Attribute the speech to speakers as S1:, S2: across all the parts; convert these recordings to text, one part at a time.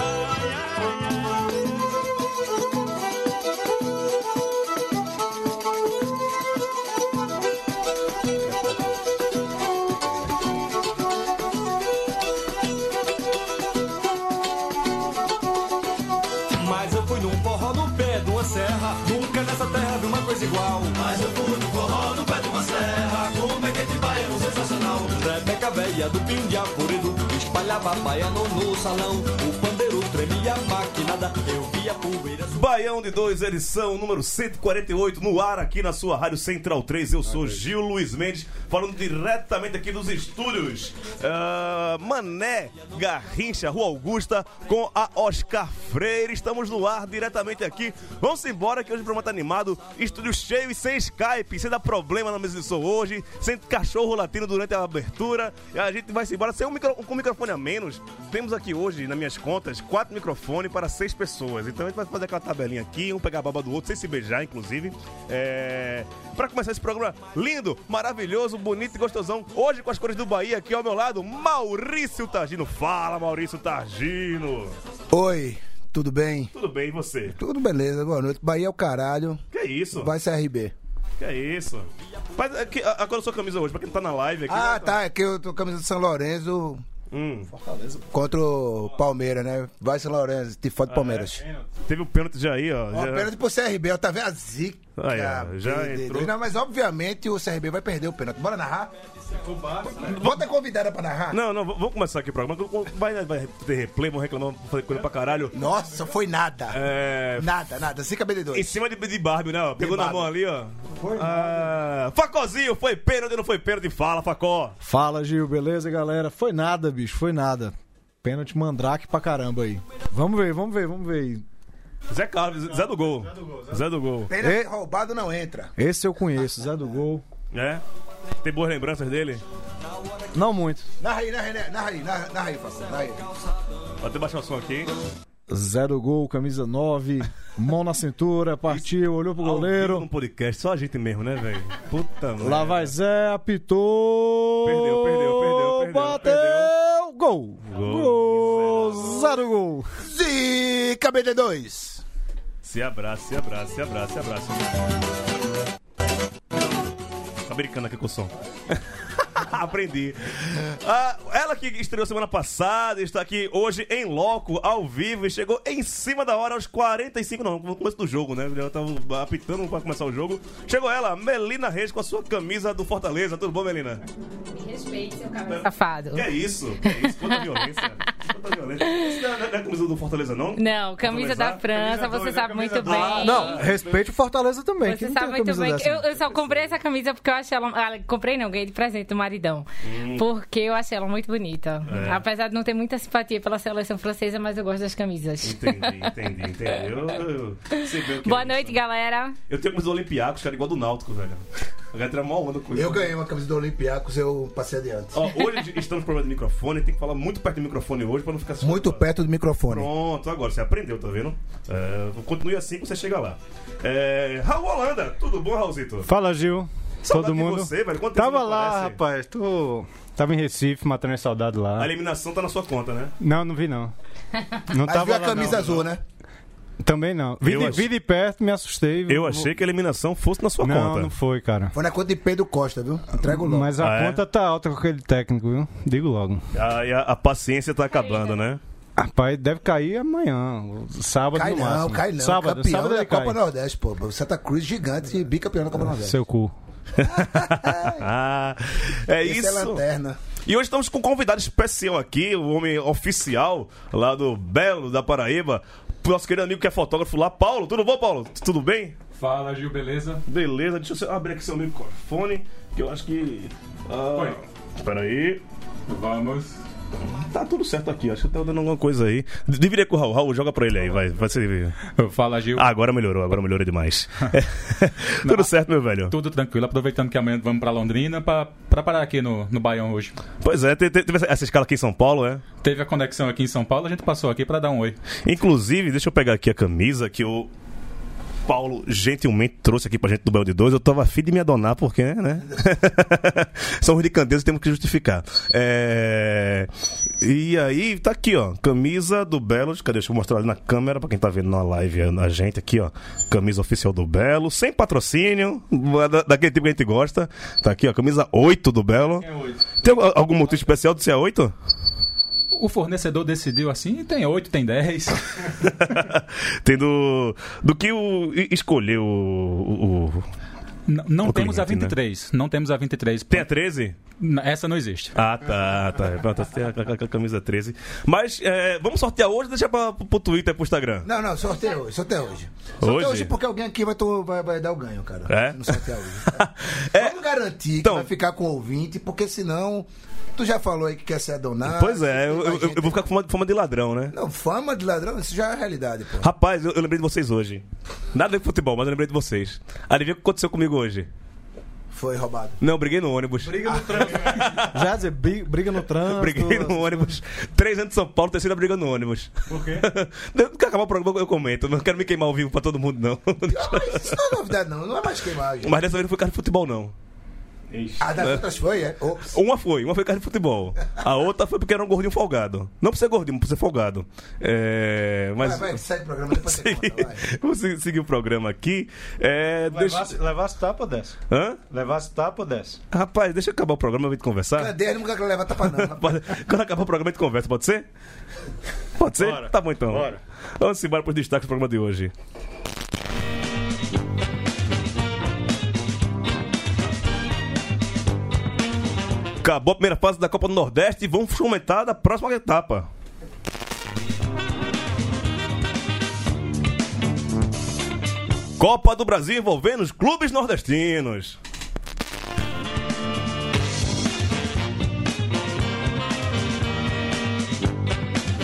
S1: Ai, ai, ai.
S2: Mas eu fui num forró no pé de uma serra. Nunca nessa terra vi uma coisa igual. Mas eu fui num forró no pé de uma serra. Como é que de baiano sensacional. Rebeca véia do Pindiapurido espalhava baiano no salão. O pandeiro tremia maquinada. Eu via poeira subir.
S3: Baião de 2, edição número 148, no ar aqui na sua Rádio Central 3. Eu sou Gil Luiz Mendes, falando diretamente aqui dos estúdios ah, Mané Garrincha, Rua Augusta, com a Oscar Freire. Estamos no ar diretamente aqui. Vamos embora que hoje o programa tá animado, estúdio cheio e sem Skype, sem dar problema na mesa de som hoje, sem cachorro latindo durante a abertura. E a gente vai se embora sem um micro- com um microfone a menos. Temos aqui hoje, nas minhas contas, quatro microfones para seis pessoas. Então a gente vai fazer aquela tabelinha aqui, um pegar a baba do outro, sem se beijar, inclusive. É... Para começar esse programa lindo, maravilhoso, bonito e gostosão. Hoje com as cores do Bahia aqui ao meu lado, Maurício Targino. Fala, Maurício Targino.
S4: Oi, tudo bem?
S3: Tudo bem, e você?
S4: Tudo beleza, boa noite. Bahia é o caralho.
S3: Que é isso?
S4: Vai CRB.
S3: Que é isso? Mas é que- a, a cor da sua camisa hoje, pra quem não tá na live aqui.
S4: Ah,
S3: né?
S4: tá. É que eu tô com a camisa do São Lourenço
S3: Hum.
S4: contra o Palmeiras, né? Vai São Lourenço, te fode Palmeiras.
S3: Teve o pênalti já aí, ó.
S4: Ó,
S3: É, já-
S4: pênalti pro CRB, ó, tá vendo a zica?
S3: Aí, ó, já
S4: perdedor.
S3: entrou.
S4: Não, mas obviamente o CRB vai perder o pênalti. Bora narrar? Bota a convidada pra narrar.
S3: Não, não, v- vamos começar aqui o programa. Vai, vai ter replay, vão reclamar, vão fazer coisa pra caralho.
S4: Nossa, foi nada.
S3: É.
S4: Nada, nada. Zica BD2.
S3: Em cima de, de Barbie, né? ó. Pegou na
S4: Barbie.
S3: mão ali, ó. Ah, Facozinho, foi pênalti, não foi pênalti? Fala, Facó.
S5: Fala, Gil, beleza, galera? Foi nada, bicho, foi nada. Pênalti mandrake pra caramba aí. Vamos ver, vamos ver, vamos ver.
S3: Zé Carlos, Zé do Gol. Zé do Gol. Zé do Gol.
S4: Pênalti roubado não entra.
S5: Esse eu conheço, Zé do Gol.
S3: É? Tem boas lembranças dele?
S5: Não muito.
S4: Narra aí, narra aí, narra aí, narra narra aí, Fafa. Narra aí.
S3: Vou até baixar o som aqui.
S5: Zé do Gol, camisa 9, mão na cintura, partiu, olhou pro
S3: Ao vivo No
S5: goleiro.
S3: podcast, só a gente mesmo, né, velho? Puta merda.
S5: Lá vai Zé, apitou.
S3: Perdeu, perdeu, perdeu, perdeu,
S5: Bateu, gol.
S3: Gol,
S5: Gol, Zé do Gol.
S4: Zica BD2.
S3: Se abraça, se abraça, se abraça, se abraça. Tá brincando aqui com o som. Aprendi. Ah, ela que estreou semana passada, está aqui hoje em loco, ao vivo, e chegou em cima da hora, aos 45, não, no começo do jogo, né? Ela tava apitando pra começar o jogo. Chegou ela, Melina Reis, com a sua camisa do Fortaleza. Tudo bom, Melina?
S6: Respeite seu cabelo safado.
S3: Que é isso? Que é isso? Quanta violência. Quanta violência. Isso não é, não é camisa do Fortaleza, não?
S6: Não, camisa da
S3: Camisa
S6: França,
S1: dois,
S6: você
S1: né?
S6: sabe
S1: Camisa
S6: muito
S1: dois.
S6: bem.
S3: Ah,
S5: Não, respeite o Fortaleza também. que
S6: Você
S5: não tem
S6: sabe
S5: uma
S6: muito
S5: camisa
S6: bem. que
S5: dessa.
S6: Eu, eu só comprei essa camisa porque eu achei ela. Ah, comprei não, ganhei de presente do maridão. Porque eu achei ela muito bonita. Apesar de não ter muita simpatia pela seleção francesa, mas eu gosto das camisas.
S3: Entendi, entendi, entendi. Eu, eu sei bem o que é
S6: Boa
S3: isso.
S6: noite, galera.
S3: Eu tenho camisa do Olympiacos, cara, igual do Náutico, velho. A galera tira mó onda com isso.
S4: Eu ganhei uma camisa do Olympiacos, eu passei adiante.
S3: Ó, hoje estamos com problema de microfone, tem que falar muito perto do microfone hoje pra não ficar...
S4: Muito perto né? do microfone.
S3: Pronto, agora você aprendeu, tá vendo? É, continue assim que você chega lá. É, Raul Holanda, tudo bom, Raulzito?
S7: Fala, Gil.
S3: Saudade
S7: Todo
S3: de
S7: mundo.
S3: você, velho. Quanto tempo
S7: Tava
S3: não
S7: lá,
S3: aparece?
S7: rapaz. Tô... Tava em Recife, matando a saudade lá.
S3: A eliminação tá na sua conta, né?
S7: Não, não vi, não. Não
S4: Mas
S7: tava
S4: viu a
S7: lá,
S4: camisa
S7: não.
S4: azul, né?
S7: Também não. Vi,
S3: Eu
S7: de,
S3: achei-
S7: vi de perto, me assustei. Vou-
S3: que a eliminação fosse na sua
S7: Não, não foi, cara.
S4: Foi na conta de Pedro Costa, viu? Entrego logo.
S7: Mas a
S3: Ah, é?
S7: conta tá alta com aquele técnico, viu? Digo logo.
S3: A, a paciência tá acabando, né?
S7: Rapaz, deve cair amanhã. Sábado
S4: Cai
S7: no
S4: não,
S7: máximo.
S4: cai não.
S7: Sábado,
S4: Campeão
S7: sábado
S4: da
S7: ele
S4: Copa
S7: cai.
S4: Nordeste, pô. Santa Cruz gigante e bicampeão da Copa Nordeste.
S7: Seu cu.
S3: Ah, é
S4: Esse
S3: isso.
S4: é lanterna.
S3: E hoje estamos com um convidado especial aqui, o homem oficial lá do Belo da Paraíba, o nosso querido amigo que é fotógrafo lá, Paulo. Tudo bom, Paulo? Tudo bem?
S8: Fala, Gil, beleza?
S3: Beleza, deixa eu abrir aqui seu microfone, que eu acho que. Ah,
S8: Oi.
S3: Peraí.
S8: Vamos.
S3: Tá tudo certo aqui, acho que tá dando alguma coisa aí. Dividir com o Raul. Raul, joga pra ele aí, vai. vai ser...
S8: Fala, Gil.
S3: Ah, agora melhorou, agora melhorou demais. tudo certo, meu velho.
S8: Tudo tranquilo, aproveitando que amanhã vamos pra Londrina pra, pra parar aqui no, no Baião hoje.
S3: Pois é, te- te- teve essa- essa escala aqui em São Paulo, é?
S8: Teve a conexão aqui em São Paulo, a gente passou aqui pra dar um oi.
S3: Inclusive, deixa eu pegar aqui a camisa que o Paulo gentilmente trouxe aqui pra gente do Baião de Dois. Eu tava afim de me adonar, porque, né? São ricandeiros e temos que justificar. É, E aí, tá aqui, ó. Camisa do Belo. Cadê? Deixa eu mostrar ali na câmera pra quem tá vendo na live a gente aqui, ó. Camisa oficial do Belo, sem patrocínio, da- daquele tipo que a gente gosta. Tá aqui, ó. Camisa 8 do Belo. Tem al- algum motivo especial de ser a 8?
S8: O fornecedor decidiu assim, tem oito, tem dez.
S3: Tem do. Do que o. e- Escolheu o. o-
S8: N- Não
S3: O
S8: temos a
S3: cliente, né?
S8: 23. Não temos a 23.
S3: Tem a 13?
S8: N- Essa não existe.
S3: Ah, tá, tá. Pronto, tem a, a- a camisa 13. Mas é, vamos sortear hoje ou deixar pra, pro Twitter e pro Instagram?
S4: Não, não, sorteio hoje, sorteio hoje. Sorteio
S3: Hoje?
S4: hoje, porque alguém aqui vai, to- vai- vai dar o ganho, cara.
S3: É?
S4: Se Não sortear hoje.
S3: É.
S4: Vamos garantir
S3: Então-
S4: que vai ficar com o ouvinte, porque senão. Tu já falou aí que quer ser adonado.
S3: Pois é, eu,
S4: tem mais
S3: eu-
S4: gente
S3: eu vou ficar com fama, fama de ladrão, né?
S4: Não, fama de ladrão, isso já é realidade, pô.
S3: Rapaz, eu, eu lembrei de vocês hoje. Nada a ver com futebol, mas eu lembrei de vocês. Adivinha o que aconteceu comigo hoje?
S4: Foi roubado.
S3: Não, eu briguei no ônibus.
S5: Já ia dizer, bri- briga no trânsito.
S3: Briguei no ônibus. Três anos de São Paulo, terceira briga no ônibus. Por quê? Quando acabar o programa, eu comento. Não quero me queimar ao vivo pra todo mundo, não.
S4: Mas isso não é novidade, não. Não é mais queimar, gente.
S3: Mas dessa vez não foi cara de futebol, não.
S4: A das outras foi, é? Ops.
S3: Uma foi, uma foi por causa de futebol. A outra foi porque era um gordinho folgado. Não por ser gordinho, por ser folgado. É, mas.
S4: Vai, vai, segue o programa, depois você
S3: Segui-
S4: conta, vai.
S3: Vamos se- seguir o programa aqui. É, deixa...
S9: Levasse, levasse tapa, desce.
S3: Hã?
S9: Levasse tapa, desce.
S3: Rapaz, deixa eu acabar o programa, eu vim te conversar.
S4: Cadê? Ele é nunca leva tapa, não. rapaz.
S3: Pode- Quando acabar o programa, a gente conversa, pode ser? Pode ser? Tá bom então.
S9: Bora.
S3: Vamos embora para os destaques do programa de hoje. Acabou a primeira fase da Copa do Nordeste e vamos comentar da próxima etapa. Copa do Brasil envolvendo os clubes nordestinos.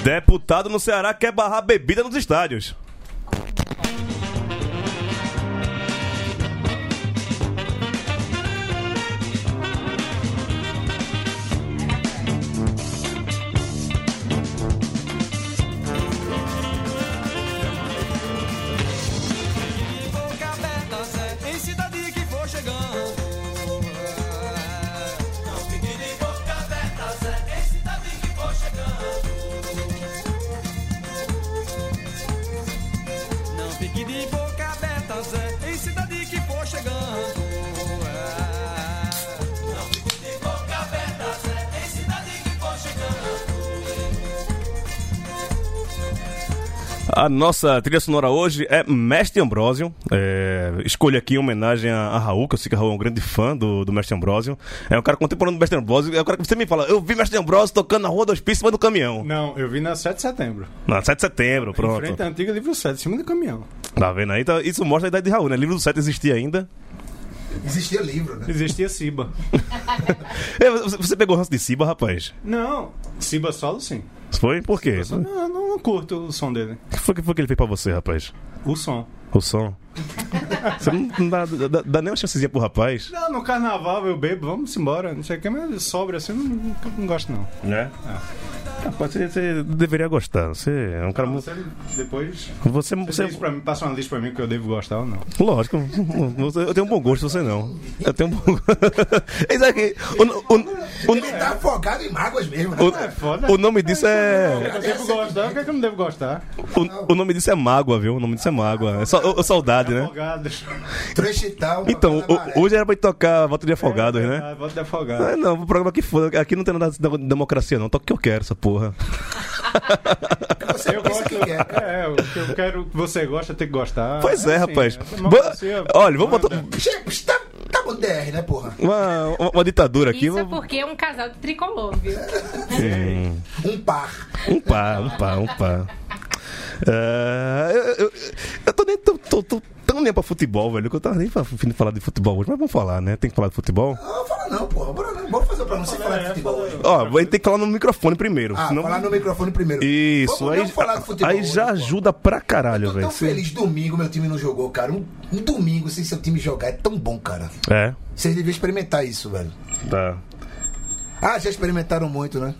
S3: Deputado no Ceará quer barrar bebida nos estádios.
S2: Em cidade que for chegando. Não fique de boca aberta, Zé. Em cidade que for chegando. Não fique de boca aberta, Zé. Em cidade que for chegando. Não fique de boca aberta, Zé. Em cidade que for chegando.
S3: A nossa trilha sonora hoje é Mestre Ambrosio. É, escolho aqui em homenagem a, a Raul, que eu sei que o Raul é um grande fã do, do Mestre Ambrosio. É um cara contemporâneo do Mestre Ambrosio. É o cara que você me fala, eu vi Mestre Ambrosio tocando na Rua dos Pis, em cima do caminhão.
S7: Não, eu vi na 7 de setembro.
S3: Na 7 de setembro,
S7: Em frente
S3: pronto.
S7: à antiga livro 7, em cima do caminhão.
S3: Tá vendo aí? Então, isso mostra a idade de Raul, né? Livro do 7 existia ainda.
S4: Existia livro, né?
S7: Existia Ciba.
S3: É, você, você pegou o ranço de Ciba, rapaz?
S7: Não, Ciba solo sim.
S3: Foi? Por quê?
S7: Eu não, não curto o som dele.
S3: O que foi, que foi que ele fez pra você, rapaz?
S7: O som.
S3: O som? Você não, não dá, dá, dá nem uma chancezinha pro rapaz?
S7: Não, Ah, no carnaval eu bebo, vamos embora, não sei o que, mas sobra assim, eu não, não gosto não.
S3: Né? Rapaz, você, você deveria gostar. Você é um cara muito.
S7: Você Ah, depois.
S3: Você,
S7: Você
S3: você,
S7: diz pra mim, passa uma lista pra mim que eu devo gostar ou não.
S3: lógico, você- eu tenho um bom gosto, você não. Eu tenho um bom gosto. Isso aqui, o, o,
S4: Ele
S3: o,
S4: tá afogado em mágoas mesmo. né?
S3: o- o nome disso é.
S7: Eu devo gostar, o que é que eu não devo gostar?
S3: O, o nome disso é mágoa, viu? O nome disso é mágoa. É só, o, o saudade, né?
S7: Afogado.
S4: Trecho e tal.
S3: Então,
S4: Papel
S3: o-
S4: Amarelo.
S3: hoje era pra gente tocar Voto de Afogados, né?
S7: Ah, vou te afogar.
S3: Ah, não, o programa que for. Aqui não tem nada de democracia, não. Toca o que eu quero, essa porra.
S4: Você pensa que quer. cara.
S7: É, o que eu quero que você gosta, tem que gostar.
S3: Pois é,
S7: assim,
S3: rapaz.
S7: essa
S3: Bo-
S7: democracia-
S3: Olha, vamos botar
S4: Gente, tá, tá com DR, né, porra?
S3: uma, uma- uma ditadura aqui.
S6: Isso é
S3: vamos-
S6: porque é um casal de tricolor, viu?
S4: Um par.
S3: Um pá, um pá, um pá. Ah, eu, eu, eu tô nem tão, tão, tão, tão nem pra futebol, velho, que eu tava nem pra- fim de falar de futebol hoje, mas vamos falar, né? Tem que falar de futebol?
S4: Não, fala não, porra. Bora, não. Vamos fazer pra não se falar de futebol hoje.
S3: Ó, vai ter que falar no microfone primeiro.
S4: Ah,
S3: senão...
S4: falar no microfone primeiro.
S3: Isso,
S4: Vamos
S3: aí,
S4: não falar de futebol né,
S3: aí
S4: hoje,
S3: já ajuda pra caralho,
S4: Tão
S3: velho.
S4: feliz, domingo meu time não jogou, cara. Um, um domingo sem seu time jogar é tão bom, cara.
S3: É,
S4: Vocês deviam experimentar isso, velho.
S3: tá.
S4: Ah, já experimentaram muito, né?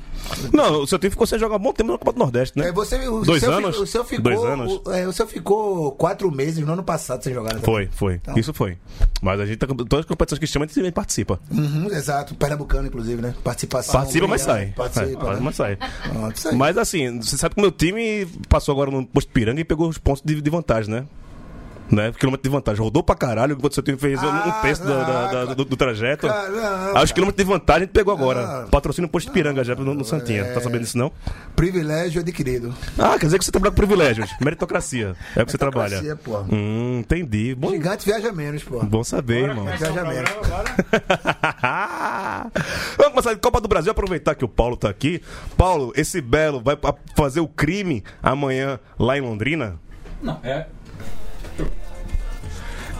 S3: Não, o seu time ficou sem jogar há bom tempo na Copa do Nordeste, né?
S4: É, você, o,
S3: Dois
S4: seu, fi-
S3: anos?
S4: O seu ficou,
S3: Dois anos?
S4: O, é, o seu ficou quatro meses no ano passado sem jogar. né?
S3: Foi, foi.
S4: Então.
S3: Isso foi. Mas a gente tá com todas as competições que chamam, a gente participa.
S4: Uhum, exato. Pernambucano, inclusive, né? Participação.
S3: Participa, mas
S4: obrigado.
S3: sai.
S4: Participa,
S3: É,
S4: né?
S3: mas sai.
S4: Pronto, isso aí.
S3: Mas assim, você sabe que o meu time passou agora no posto Piranga e pegou os pontos de, de vantagem, né? Né? Quilômetro de vantagem. Rodou pra caralho, enquanto seu time fez um terço da- da- da- do, do trajeto.
S4: Ah, Caramba.
S3: Aí os quilômetros de vantagem a gente pegou
S4: Ah. É.
S3: agora. Patrocínio o posto Piranga já no, no Santinha. Tá sabendo disso não?
S4: Privilégio adquirido.
S3: Ah, quer dizer que você trabalha com privilégios. Meritocracia. É o que você trabalha.
S4: Meritocracia, porra.
S3: Hum, entendi. Bom,
S4: Gigante viaja menos, pô.
S3: bom saber, irmão.
S4: Viaja menos.
S3: Vamos começar de Copa do Brasil, aproveitar que o Paulo tá aqui. Paulo, esse Belo vai pa- fazer o crime amanhã lá em Londrina?
S8: Não, é.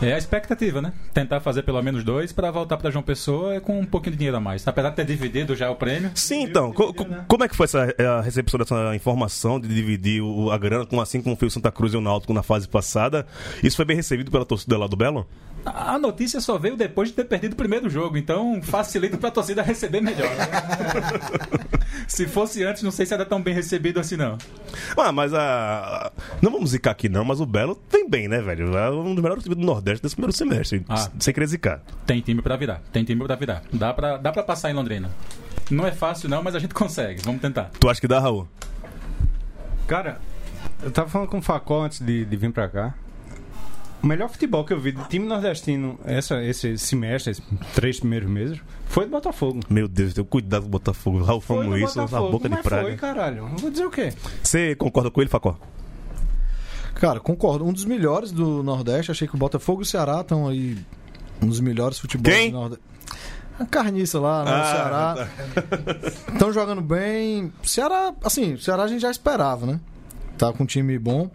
S8: É a expectativa, né? Tentar fazer pelo menos dois pra voltar pra João Pessoa com um pouquinho de dinheiro a mais. Apesar de ter dividido já o prêmio.
S3: Sim, então. co- co- como é que foi essa eh, a recepção dessa informação de dividir o- a grana, com, assim como foi o Santa Cruz e o Náutico na fase passada? Isso foi bem recebido pela torcida lá do Belo?
S8: A a notícia só veio depois de ter perdido o primeiro jogo, então facilita pra torcida receber melhor. né? se fosse antes, não sei se era tão bem recebido assim, não.
S3: Ah, mas a. Não vamos zicar aqui não, mas o Belo vem bem, né, velho? É um dos melhores times do Nordeste desse primeiro semestre.
S8: Ah.
S3: Sem querer zicar.
S8: Tem time pra virar, tem time pra virar. Dá pra, dá pra passar em Londrina. Não é fácil, não, mas a gente consegue. Vamos tentar.
S3: Tu acha que dá, Raul?
S7: Cara, eu tava falando com o Facol antes de, de vir pra cá. O melhor futebol que eu vi de time nordestino essa, esse semestre, esses três primeiros meses, foi do Botafogo.
S3: Meu Deus, tenho cuidado com o Botafogo. Raul
S7: Foi
S3: falando
S7: do
S3: isso,
S7: Botafogo,
S3: a boca de
S7: mas Foi,
S3: praga.
S7: caralho. Vou dizer o quê?
S3: Você concorda com ele, Facó?
S5: Cara, concordo. Um dos melhores do Nordeste. Achei que o Botafogo e o Ceará estão aí. Um dos melhores futebols
S3: Quem?
S5: do Nordeste. A carniça lá, né?
S3: Ah, tá.
S5: o Ceará. Estão jogando bem. Ceará, assim, o Ceará a gente já esperava, né? Tá com um time bom.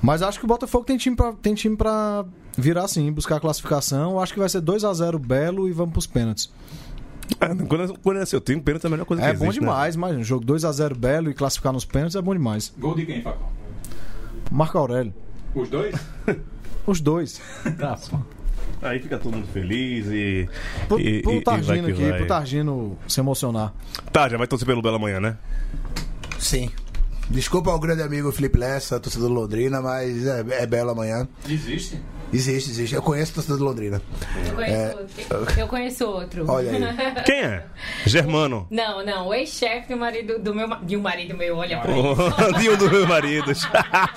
S5: Mas acho que o Botafogo tem time pra, tem time pra virar sim, buscar a classificação. Acho que vai ser 2 a 0 Belo e vamos pros pênaltis.
S3: Ah, Quando, quando é seu time, pênalti é a melhor coisa
S5: É
S3: que
S5: bom
S3: existe, né?
S5: demais, mas um jogo 2 a 0 Belo e classificar nos pênaltis é bom demais.
S8: Gol de quem, Facão?
S5: Marco Aurélio.
S8: Os dois?
S5: Os dois.
S8: Tá, pô.
S3: Aí fica todo mundo feliz e.
S5: Pro,
S3: e,
S5: pro
S3: e- e vai
S5: Targino
S3: que
S5: aqui,
S3: vai.
S5: pro Targino se emocionar.
S3: Tá, já vai torcer pelo Belo amanhã, né?
S4: Sim. Desculpa ao grande amigo Felipe Lessa, torcedor do Londrina, mas é, é belo amanhã.
S8: Existe?
S4: Existe, existe. Eu conheço o torcedor do Londrina.
S6: Eu
S5: É.
S6: conheço outro. Eu conheço outro.
S4: Olha aí.
S3: Quem é? Germano.
S6: Não, não, o ex-chefe do marido do meu. ma- De um marido meu, olha pra ele.
S3: Dinho do meu marido.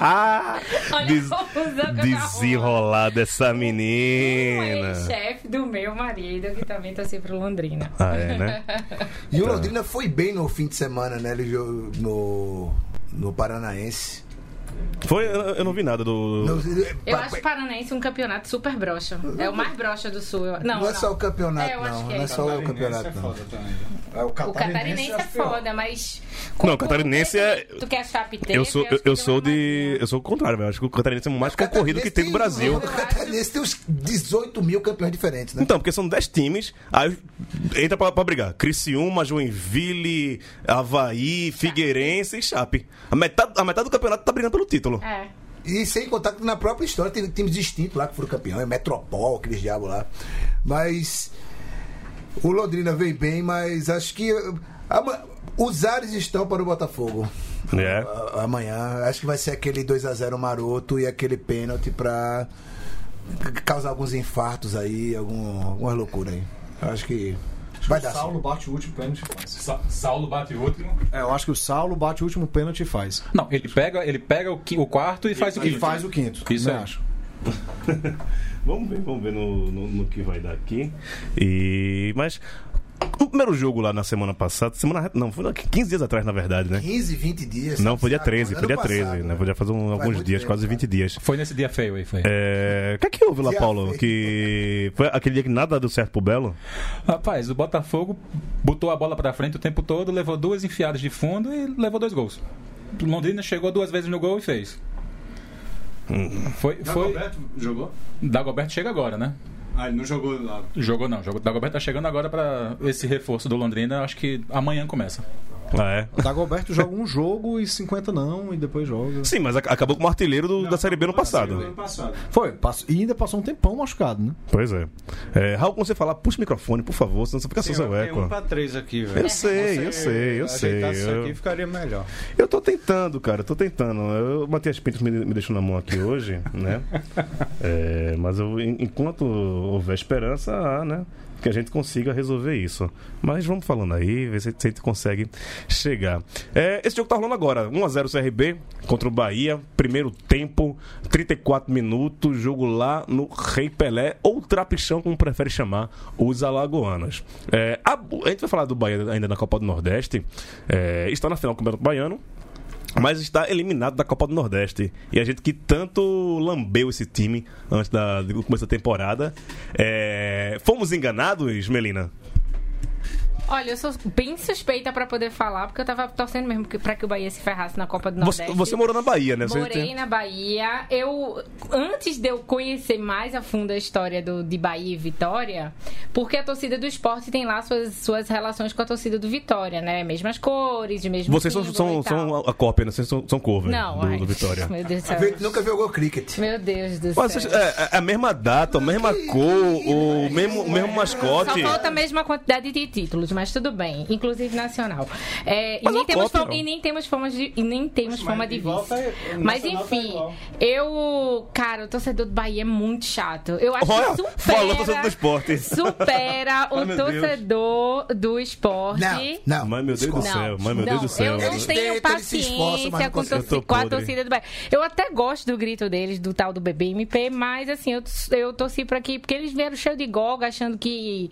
S6: Olha
S3: Des-
S6: a confusão que eu
S3: Desenrolada essa
S6: tava arrumando. O
S3: menina.
S6: ex-chefe um do meu marido, que também tá sempre Londrina.
S3: Ah, é, né?
S4: E o Londrina foi bem no fim de semana, né? Ele jogou no, no Paranaense.
S3: Foi, eu, eu não vi nada do.
S4: No-
S6: Eu acho o Paranaense um campeonato super broxa. É o mais broxa do sul. eu- Não,
S4: não é só o campeonato,
S6: É, eu acho
S4: não.
S6: que é
S4: Não é
S6: isso.
S4: só o campeonato, não.
S7: o
S6: O catarinense é foda, mas.
S3: Não, o catarinense é-
S6: Tu quer achar piteiro?
S3: Eu sou, eu, eu sou de. Eu sou o contrário, velho. Acho que o Catarinense é o mais concorrido que tem no Brasil.
S4: O Catarinense um, tem uns 18 mil campeões diferentes, né?
S3: Então, porque são 10 times, aí entra pra, pra brigar. Criciúma, Joinville, Havaí, Figueirense e Chape. A metade, a metade do campeonato tá brigando pelo título.
S6: É.
S4: E sem contar que na própria história tem times distintos lá que foram campeão, é Metropol, aqueles diabos lá. Mas o Londrina vem bem, mas acho que eh, ama- os ares estão para o Botafogo.
S3: É.
S4: A- Amanhã acho que vai ser aquele 2 a 0 maroto e aquele pênalti para causar alguns infartos aí, algum, algumas loucuras aí. Acho que vai dar. certo.
S5: bate o último pênalti e faz.
S8: Sa- Saulo bate o último.
S5: É, eu acho que o Saulo bate o último pênalti e faz.
S8: Não, ele pega, ele pega o, qui- o quarto e faz o
S5: E
S8: quinto.
S5: faz o quinto.
S8: Isso
S5: né,
S8: aí.
S5: acho.
S3: Vamos ver, vamos ver no, no, no que vai dar aqui. E. Mas. O primeiro jogo lá na semana passada, semana. Não, foi lá 15 dias atrás, na verdade, né?
S4: 15, 20 dias.
S3: Não,
S4: sabe?
S3: foi dia
S4: Sabe?
S3: 13,
S4: Ano
S3: foi dia
S4: passado,
S3: 13, né?
S4: né?
S3: Foi já faz um- alguns
S4: muito
S3: dias,
S4: tempo,
S3: quase
S4: cara.
S3: 20 dias.
S8: Foi nesse dia feio aí, foi.
S3: É, O que é que houve lá,
S4: Dia
S3: Paulo?
S4: feio.
S3: Que foi aquele dia que nada deu certo pro Belo?
S8: Rapaz, o Botafogo botou a bola pra frente o tempo todo, levou duas enfiadas de fundo e levou dois gols. Londrina chegou duas vezes no gol e fez. Foi, foi...
S7: jogou?
S8: Dagoberto chega agora, né?
S7: Ah, ele não jogou lá.
S8: Jogou não, jogou. Dagoberto tá chegando agora pra esse reforço do Londrina. Acho que amanhã começa.
S3: Ah, é?
S5: O Dagoberto joga um jogo e 50 não, e depois joga.
S3: Sim, mas ac- acabou como artilheiro do- da Série B no passado.
S7: passado.
S5: Foi, passou- e ainda passou um tempão machucado, né?
S3: Pois é. é. Raul, quando você falar, puxa o microfone, por favor, senão você fica sem seu
S7: Tem
S3: eco.
S7: um pra tá três aqui, velho.
S3: Eu sei, eu sei, eu sei.
S7: Ajeitar isso
S3: Eu,
S7: aqui ficaria melhor.
S3: eu tô tentando, cara, eu tô tentando. Eu matei as pintas que me, me deixou na mão aqui hoje, né? É, mas eu, en- enquanto houver esperança, há, né? Que a gente consiga resolver isso. Mas vamos falando aí, ver se se a gente consegue chegar. É, esse jogo tá rolando agora. 1x0 CRB contra o Bahia. Primeiro tempo, 34 minutos. Jogo lá no Rei Pelé, ou Trapichão, como prefere chamar, os alagoanos. É, a, a gente vai falar do Bahia ainda na Copa do Nordeste. É, está na final do Campeonato Baiano. Mas está eliminado da Copa do Nordeste. E a gente que tanto lambeu esse time antes da, do começo da temporada. É, fomos enganados, Melina?
S6: Olha, eu sou bem suspeita pra poder falar, porque eu tava torcendo mesmo que- pra que o Bahia se ferrasse na Copa do
S3: Você,
S6: Nordeste.
S3: você morou na Bahia, né? Você
S6: Morei
S3: tem-
S6: na Bahia. Eu antes de eu conhecer mais a fundo a história do, de Bahia e Vitória, porque a torcida do esporte tem lá suas, suas relações com a torcida do Vitória, né? Mesmas cores, mesmo.
S3: Vocês são,
S6: símbolo
S3: são,
S6: e tal.
S3: são a cópia, né? Vocês são, são cover
S6: não, é.
S3: do,
S6: ai,
S3: do Vitória.
S6: Meu Deus do
S4: A
S6: céu.
S4: gente nunca jogou cricket.
S6: Meu Deus do
S3: Mas
S6: céu.
S3: vocês- é, é a mesma data, a mesma cor, o mesmo, o mesmo
S6: Só
S3: mascote.
S6: falta a mesma quantidade de títulos, mas tudo bem, inclusive nacional. É, e,
S3: Mas
S6: nem
S3: não
S6: temos
S3: copia,
S6: fama,
S3: não.
S6: e nem temos fama de, e nem temos fama de
S7: igual
S6: vice.
S7: tá- o nacional
S6: mas
S7: tá
S6: enfim,
S7: igual.
S6: eu, cara, o torcedor do Bahia é muito chato. Eu acho
S3: Olha,
S6: que supera,
S3: falou torcedor do esporte.
S6: supera o torcedor do esporte.
S4: Não, não.
S3: Mas meu Deus do
S6: Não,
S3: céu, mas meu Deus do céu.
S6: Eu não
S4: Eles tentam,
S6: tenho
S4: eles se
S6: paciência
S4: esforçam, mas não
S6: com,
S4: conseguem.
S6: torci-
S3: Eu tô
S6: com a
S3: podre.
S6: torcida do Bahia. Eu até gosto do grito deles, do tal do BBMP, mas assim, eu, eu torci pra que. Porque eles vieram cheio de goga, achando que.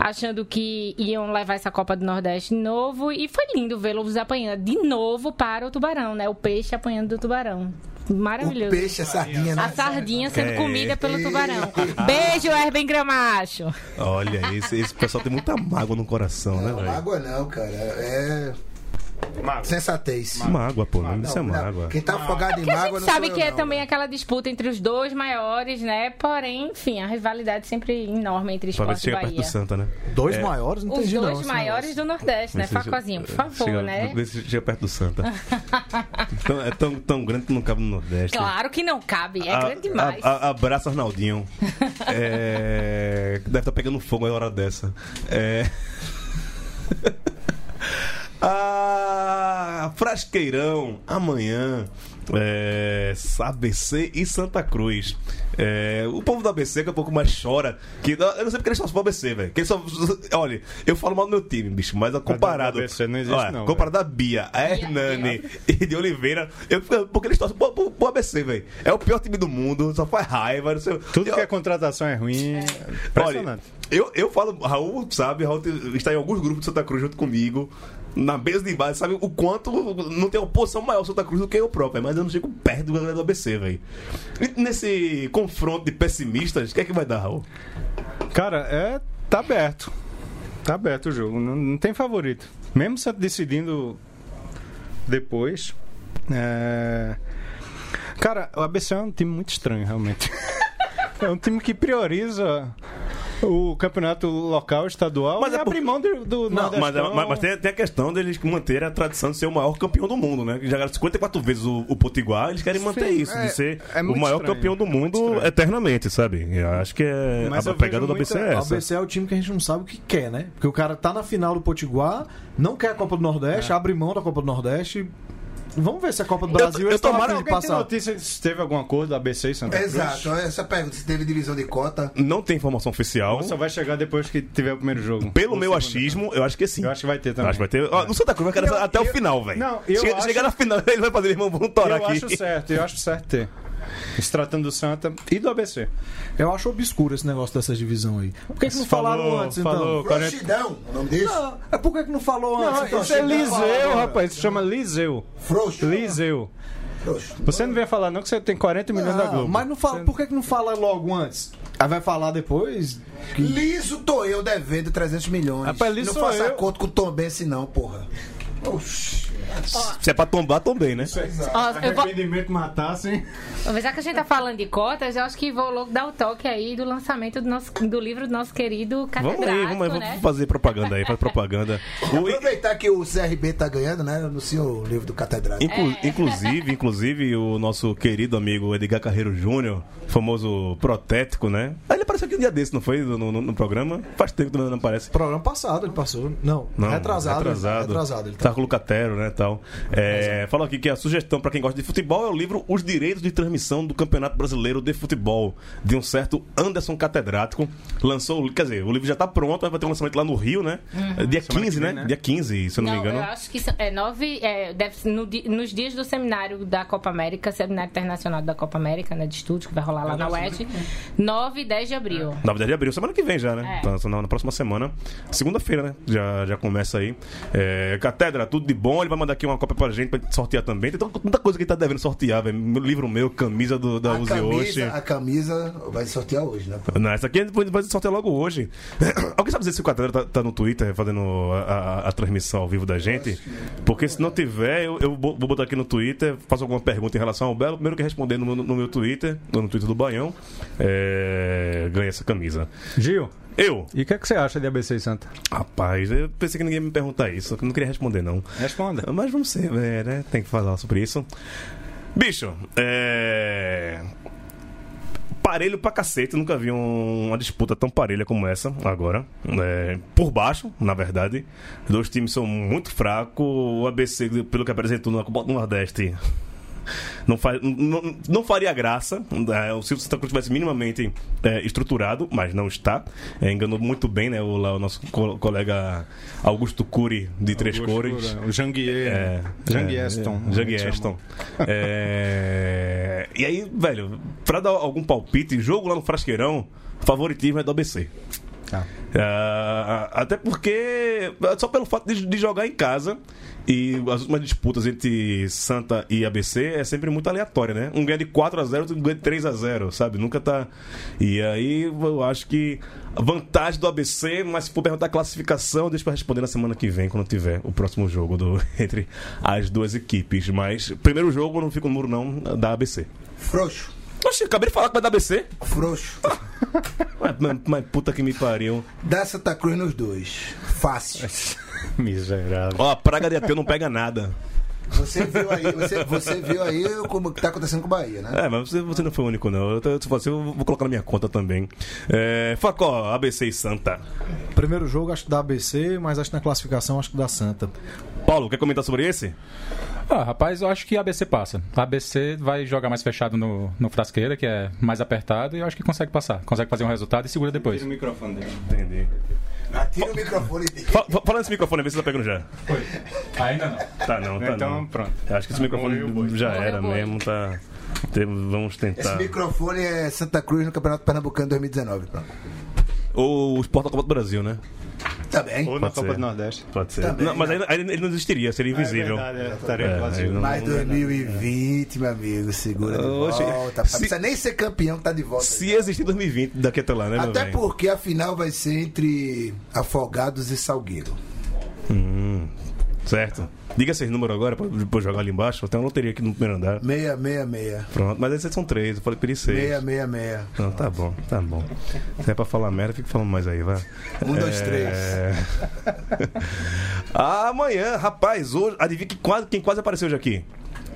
S6: achando que iam levar essa Copa do Nordeste de novo. E foi lindo vê-los apanhando de novo para o tubarão, né? O peixe apanhando do tubarão.
S4: O
S6: Maravilhoso.
S4: peixe, a sardinha,
S6: A
S4: né?
S6: sardinha sendo
S3: É.
S6: comida pelo tubarão. Beijo, Erben Gramacho.
S3: Olha, esse, esse pessoal tem muita mágoa no coração, né,
S4: Não,
S3: velho?
S4: água não, cara. É.
S1: Mago.
S4: Sensatez.
S3: Mágoa, pô, não, isso é
S4: Não, não.
S3: mágoa.
S4: Quem tá afogado em
S6: Porque a
S4: mágoa
S6: gente
S4: não
S6: sabe
S4: sou eu,
S6: que é
S4: não,
S6: também
S4: cara.
S6: aquela disputa entre os dois maiores, né? Porém, enfim, a rivalidade sempre enorme entre
S3: Pra ver se
S6: esporte e
S3: chega perto do
S6: Bahia.
S3: Santa, né?
S5: Dois maiores, não
S6: Os
S5: entendi não.
S6: dois
S5: esse
S6: maiores do Nordeste, né?
S3: Vê se chega-
S6: Facozinha, por favor,
S3: é, chega-
S6: né?
S3: Vê se chega perto do Santa. Tão- é tão, tão grande que não cabe no Nordeste.
S6: Claro que não cabe, é
S3: A-
S6: grande demais.
S3: a- a- abraço, Arnaldinho. É, deve estar pegando fogo a hora dessa. É. Ah, Frasqueirão, amanhã. É, ABC e Santa Cruz. É, o povo do ABC daqui a pouco mais chora. Que, eu não sei porque eles só pro ABC, velho. Que eles só- Olha, eu falo mal do meu time, bicho, mas comparado.
S7: do ABC não existe, não,
S3: comparado a Bia, a Hernani e de Oliveira, eu, fico- porque eles torcem pro, pro- pro ABC, velho. É o pior time do mundo, só faz raiva. Não sei,
S7: Tudo
S3: eu,
S7: que é contratação é ruim.
S3: Olha,
S7: Impressionante.
S3: eu, eu falo, Raul sabe, Raul te- está em alguns grupos de Santa Cruz junto comigo, na mesa de base, sabe o quanto não tem oposição maior Santa Cruz do que eu próprio, mas eu não chego perto do galera do ABC, velho. E Nesse confronto de pessimistas, o que é que vai dar, Raul?
S7: Cara, é. Tá aberto. Tá aberto o jogo. Não, não tem favorito. Mesmo se decidindo depois. é, Cara, o ABC é um time muito estranho, realmente. é um time que prioriza o campeonato local, estadual,
S3: Mas
S7: mas
S3: é por-
S7: abrir mão do, do
S3: mas, é-
S7: Nordestão.
S3: mas- mas tem, tem a questão deles manterem a tradição de ser o maior campeão do mundo, né? Que Já ganharam 54 vezes o, o Potiguar, eles querem manter
S7: Sim,
S3: isso,
S7: é-
S3: de ser
S7: é
S3: o
S7: muito
S3: maior
S7: estranho,
S3: campeão do
S7: é muito
S3: mundo
S7: estranho.
S3: eternamente, sabe? Eu acho que é,
S7: Mas
S3: a, a
S7: eu
S3: pegada
S7: vejo
S3: do ABC
S7: muita-
S3: é
S5: O
S3: essa.
S5: ABC é o time que a gente não sabe o que quer, né? Porque o cara tá na final do Potiguar, não quer a Copa do Nordeste, abre mão da Copa do Nordeste. Vamos ver se a Copa do Brasil
S3: eu
S5: eles tão
S3: tomara-
S5: afim de
S7: Alguém tem
S5: passar.
S7: notícia se teve algum acordo da ABC e Santa Cruz?
S4: Exato, essa pergunta. Se teve divisão de cota.
S3: Não tem informação oficial.
S7: Ou só vai chegar depois que tiver o primeiro jogo?
S3: Pelo
S7: Ou
S3: meu
S7: segundo.
S3: achismo, eu acho que sim.
S7: Eu acho que vai ter também.
S3: Acho que vai ter. Ó, no Santa Cruz vai querer
S7: Eu-
S3: até o
S7: eu-
S3: final, velho.
S7: Não, eu
S3: Chega-
S7: acho-
S3: Chegar na final, ele vai fazer, irmão, vamos torar
S7: Eu
S3: aqui.
S7: acho certo, eu acho certo ter. Se tratando do Santa e do ABC.
S5: Eu acho obscuro esse negócio dessa divisão aí. Por que, que não
S7: Falou,
S5: falaram antes, então?
S7: falou, 40
S4: Frouxidão, o nome desse?
S5: Ah, é por que, que não falou antes?
S7: Não,
S5: então?
S7: isso é
S5: Chega a falar
S7: Liseu,
S5: agora.
S7: rapaz. Isso chama Liseu.
S4: Frouxo.
S7: Liseu.
S4: Frouxo.
S7: Você não vem falar, não, que você tem 40 milhões da
S5: Ah,
S7: Globo.
S5: mas não fala, por que, que não fala logo antes? Aí vai falar depois?
S4: Liso tô eu devendo 300 milhões.
S7: Rapaz, liso
S4: não
S7: sou
S4: faça
S7: eu.
S4: acordo com o Tom Bense, não, porra.
S3: Se é pra tombar, tombei, né?
S6: Ó, eu vou-
S7: Arrependimento matassem.
S6: Já que a gente tá falando de cotas, eu acho que vou logo dar o toque aí do lançamento do, nosso, do livro do nosso querido
S3: Vamos
S6: catedrático,
S3: aí, vamos, aí, vamos
S6: né?
S3: fazer propaganda aí, faz propaganda. O-
S4: Aproveitar que o CRB tá ganhando, né? Anuncia o livro do Catedrático.
S3: inclu- Inclusive, inclusive, o nosso querido amigo Edgar Carreiro Júnior, famoso protético, né? Ah, Ele apareceu aqui um dia desse, não foi? No, no- no programa? Faz tempo que não não aparece.
S5: Programa passado ele passou. Não,
S3: Não,
S5: retrasado.
S3: Retrasado.
S5: Retrasado. Ele
S3: tá. com o Lucatero, né, tal. É, falou aqui que a sugestão pra quem gosta de futebol é o livro Os Direitos de Transmissão do Campeonato Brasileiro de Futebol, de um certo Anderson Catedrático. Lançou, o- quer dizer, o livro já tá pronto, mas vai ter um lançamento lá no Rio, né? É, Dia 15, né? Dia 15, se eu não, me engano.
S6: Hum. eu acho que são- é nove. é, deve ser no di- nos dias do seminário da Copa América, Seminário Internacional da Copa América, né? De estudos, que vai rolar lá na UES. 9 e 10 de abril.
S3: 9 de abril, semana que vem já, né?
S6: É.
S3: Então, na, na próxima semana. Segunda-feira, né? Já, já começa aí. É, Catedra, tudo de bom. Ele vai mandar aqui uma cópia pra gente pra gente sortear também. Tem tanta tanta coisa que ele tá devendo sortear, velho. Meu Livro meu, camisa do, da
S4: A
S3: Uzi Oshi.
S4: camisa, a camisa vai sortear hoje, né?
S3: Não, essa aqui a gente vai sortear logo hoje. Alguém sabe dizer se o Catedra tá, tá no Twitter fazendo a, a- a transmissão ao vivo da gente? Porque se não tiver, eu, eu bo- vou botar aqui no Twitter, faço alguma pergunta em relação ao Belo. Primeiro que responder no, meu- no meu Twitter, ou no Twitter do Baião, é, ganha essa camisa.
S7: Gil,
S3: Eu,
S7: e o que, é que você acha de ABC e Santa?
S3: rapaz, eu pensei que ninguém ia me perguntar isso, que eu não queria responder, não.
S7: Responda.
S3: Mas vamos ser, é, né? Tem que falar sobre isso. Bicho, é. Parelho pra cacete, nunca vi um- uma disputa tão parelha como essa agora. É, por baixo, na verdade. Os dois times são muito fracos. O ABC, pelo que apresentou na Copa do Nordeste, não, fa- não- não faria graça né, se o Santa Cruz tivesse minimamente é, estruturado, mas não está. É, enganou muito bem né, o, lá o nosso co- colega Augusto Cury, de Três Cores.
S7: O Janguier.
S3: É,
S7: Jang
S3: é,
S7: Eston.
S3: é, Jang Eston. É, e aí, velho, pra dar algum palpite, jogo lá no Frasqueirão, favoritismo é do ABC.
S7: Tá.
S3: Ah, até porque, só pelo fato de, de jogar em casa e as últimas disputas entre Santa e ABC é sempre muito aleatória, né? Um ganha de 4x0, outro ganha de 3x0, sabe? Nunca tá. E aí eu acho que a vantagem do ABC, mas se for perguntar a classificação, deixa pra responder na semana que vem, quando tiver o próximo jogo do, entre as duas equipes. Mas primeiro jogo eu não fico no muro, não, da ABC.
S4: Frouxo,
S3: Oxe, acabei de falar que vai dar ABC.
S4: frouxo.
S3: Mas, mas- mas puta que me pariu.
S4: Dá Santa Cruz nos dois. Fácil.
S7: Miserável.
S3: Ó, a praga de ateu não pega nada.
S4: Você viu aí, você, você viu aí como que tá acontecendo com o Bahia, né?
S3: É, mas você, você não foi o único, não. Eu, tô- se você, eu vou colocar na minha conta também. É, Facó, ABC e Santa.
S5: Primeiro jogo acho que da ABC, mas acho que na classificação acho que da Santa.
S3: Paulo, quer comentar sobre esse?
S8: Ah, rapaz, eu acho que ABC passa. ABC vai jogar mais fechado no, no frasqueira, que é mais apertado, e eu acho que consegue passar. Consegue fazer um resultado e segura depois.
S9: O microfone dele.
S3: Entendi.
S4: Tira o microfone dele.
S3: Fa fa- fala nesse microfone, vê se você tá pegando já.
S8: Ainda não.
S3: Tá não, tá
S7: Então,
S3: não.
S7: pronto.
S3: Eu Acho que esse microfone já
S6: Morreu
S3: era
S6: o boi.
S3: mesmo, tá... Tem- vamos
S4: Esse
S3: tentar.
S4: microfone é Santa Cruz no Campeonato Pernambucano 2019. Pronto.
S3: Ou os Porta Copa do Brasil, né?
S4: Tá bem.
S7: Ou na
S3: Pode
S7: Copa
S3: ser.
S7: do Nordeste.
S3: Pode ser.
S4: Também,
S3: Não, mas aí, aí ele não existiria, seria invisível.
S7: É verdade, é. Estaria
S3: É,
S7: vazio.
S3: aí não-
S4: Mas 2020, meu amigo, segura de
S3: Oxe,
S4: volta. Não
S3: se-
S4: precisa nem ser campeão que tá de volta.
S3: Se existir 2020 daqui até lá, né, meu
S4: Até
S3: bem?
S4: porque a final vai ser entre Afogados e Salgueiro.
S3: Certo. Diga seus números agora pra depois jogar ali embaixo. Tem uma loteria aqui no primeiro andar.
S4: 666.
S3: Pronto, mas aí vocês são três, eu falei pra ele seis.
S4: 666.
S3: Não, tá bom, tá bom. Se é pra falar merda, fica falando mais aí, vai. É.
S4: Um, dois, três.
S3: Amanhã, rapaz, hoje. Adivinha que quase, quem quase apareceu hoje aqui?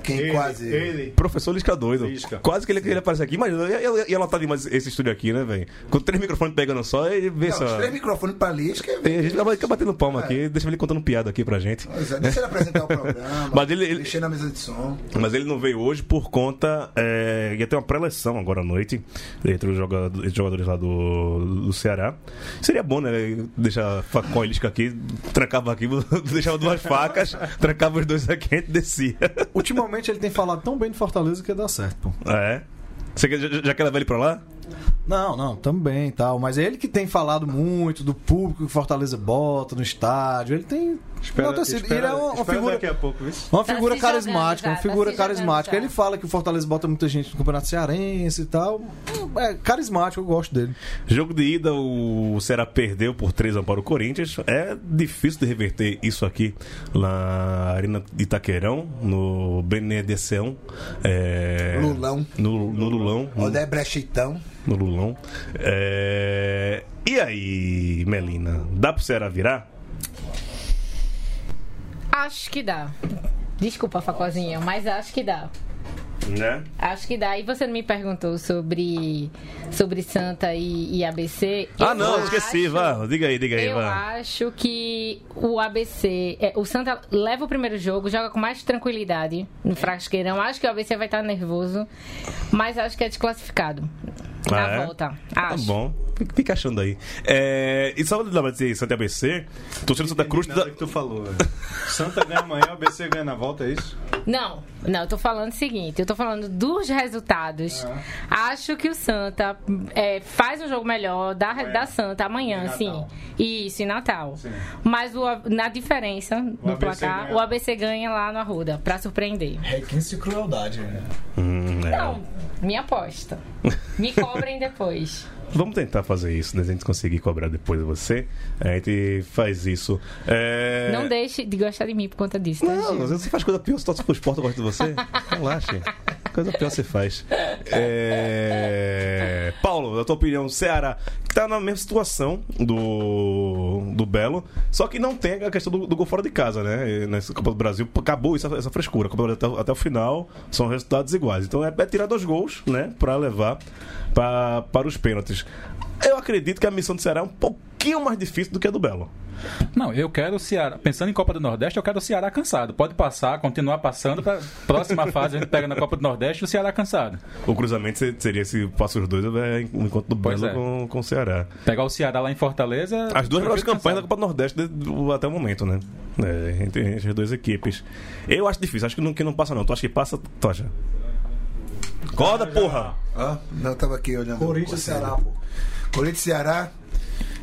S4: Quem quase.
S7: Ele.
S3: Professor Lisca doido.
S7: Lisca.
S3: Quase que ele queria aparecer aqui. Imagina, ia, ia, ia lotar demais esse estúdio aqui, né, velho? Com três microfones pegando só, ele vê
S4: Não,
S3: só.
S4: os três microfones pra Lisca.
S3: E A gente vai ficar batendo palma aqui, deixa ele contando piada aqui pra gente.
S4: Pois é, Deixa ele apresentar o programa.
S3: Mas ele- ele-
S4: Mexer na mesa de som.
S3: Mas ele não veio hoje por conta. É, ia ter uma pré-eleção agora à noite entre os joga- entre os jogadores lá do, do Ceará. Seria bom, né? Deixar facão e lisca aqui, trancava aqui, deixava duas facas, trancava os dois aqui e a gente descia.
S5: Ultimamente ele tem falado tão bem do Fortaleza que ia dar certo, pô.
S3: É. Você quer- já, já quer levar ele pra lá?
S5: Não, não, também e tal. Mas é ele que tem falado muito do público que Fortaleza bota no estádio. Ele tem.
S9: Espera,
S5: bota sido- ele
S9: espera,
S5: é uma, uma
S9: espera
S5: figura.
S9: daqui a pouco, isso.
S5: Uma
S6: Tá
S5: figura
S6: se jogando
S5: carismática,
S6: já,
S5: uma
S6: tá
S5: figura
S6: se jogando
S5: carismática.
S6: já.
S5: Ele fala que o Fortaleza bota muita gente no Campeonato Cearense e tal. É carismático, eu gosto dele.
S3: Jogo de ida, o Ceará perdeu por 3 a 1 para o Corinthians. É difícil de reverter isso aqui na Arena de Itaquerão, no Benedeceão. É...
S4: Lulão.
S3: No, no Lulão.
S7: Hum.
S4: Odé Brechitão.
S3: No Lulão. É... E aí, Melina? Dá pro Ceará virar?
S6: Acho que dá. Desculpa, Facozinha, mas acho que dá.
S3: Né?
S6: Acho que dá. E você não me perguntou sobre, sobre Santa e, e ABC.
S3: Ah,
S6: Eu
S3: não,
S6: acho-
S3: esqueci. Vá. Diga aí, diga aí.
S6: Eu
S3: Vá.
S6: acho que o ABC, é, o Santa leva o primeiro jogo, joga com mais tranquilidade no frasqueirão. Acho que o ABC vai estar nervoso, mas acho que é desclassificado.
S3: Ah,
S6: Na
S3: é?
S6: volta.
S3: Tá
S6: Acho.
S3: bom, Fica- fica achando aí. É, e só pra dizer Santa ABC, torcedor do Santa Cruz.
S9: Nada
S3: da-
S9: que tu falou, velho. Santa ganha amanhã, o BC ganha na volta, é isso?
S6: Não, não, eu tô falando o seguinte, eu tô falando dos resultados.
S9: É.
S6: Acho que o Santa é, faz um jogo melhor da, da Santa amanhã,
S9: Em
S6: sim.
S9: Natal.
S6: Isso, em Natal.
S9: Sim.
S6: Mas o A- na diferença
S9: O
S6: no
S9: ABC
S6: placar,
S9: ganha.
S6: o ABC ganha lá no Arruda, pra surpreender.
S10: Requinte de crueldade, né?
S3: Hum, é.
S6: Não, minha aposta. Me cobrem depois.
S3: Vamos tentar fazer isso, né? Se a gente conseguir cobrar depois de você, a gente faz isso. É...
S6: Não deixe de gostar de mim por conta disso, tá,
S3: Não,
S6: Gil?
S3: às vezes você faz coisa pior, se torce pro esporte, eu gosto de você. Relaxe. Coisa pior você faz. É... Paulo, a tua opinião, o Ceará, que tá na mesma situação do, do Belo, só que não tem a questão do, do gol fora de casa, né? E Nessa Copa do Brasil, acabou isso, essa frescura. A Copa do Brasil até, até o final são resultados iguais. Então é, é tirar dois gols, né? Pra levar pra, para os pênaltis. Eu acredito que a missão do Ceará é um pouquinho mais difícil do que a do Belo.
S8: Não, eu quero o Ceará. Pensando em Copa do Nordeste, eu quero o Ceará cansado. Pode passar, continuar passando para próxima fase a gente pega na Copa do Nordeste o Ceará cansado.
S3: O cruzamento se- seria se passa os dois, é o encontro do
S8: Pois
S3: Belo
S8: é.
S3: com, com o Ceará.
S8: Pegar o Ceará lá em Fortaleza.
S3: As duas
S8: prefiro
S3: melhores campanhas da
S8: cansado.
S3: Copa do Nordeste de- do- até o momento, né? É, entre, entre as duas equipes. Eu acho difícil, acho que não, que não passa, não. Tu acha que passa, Tocha? Acorda, porra!
S4: Ó, não, tava aqui olhando.
S10: Corinthians e Ceará, pô.
S4: Corinthians e Ceará.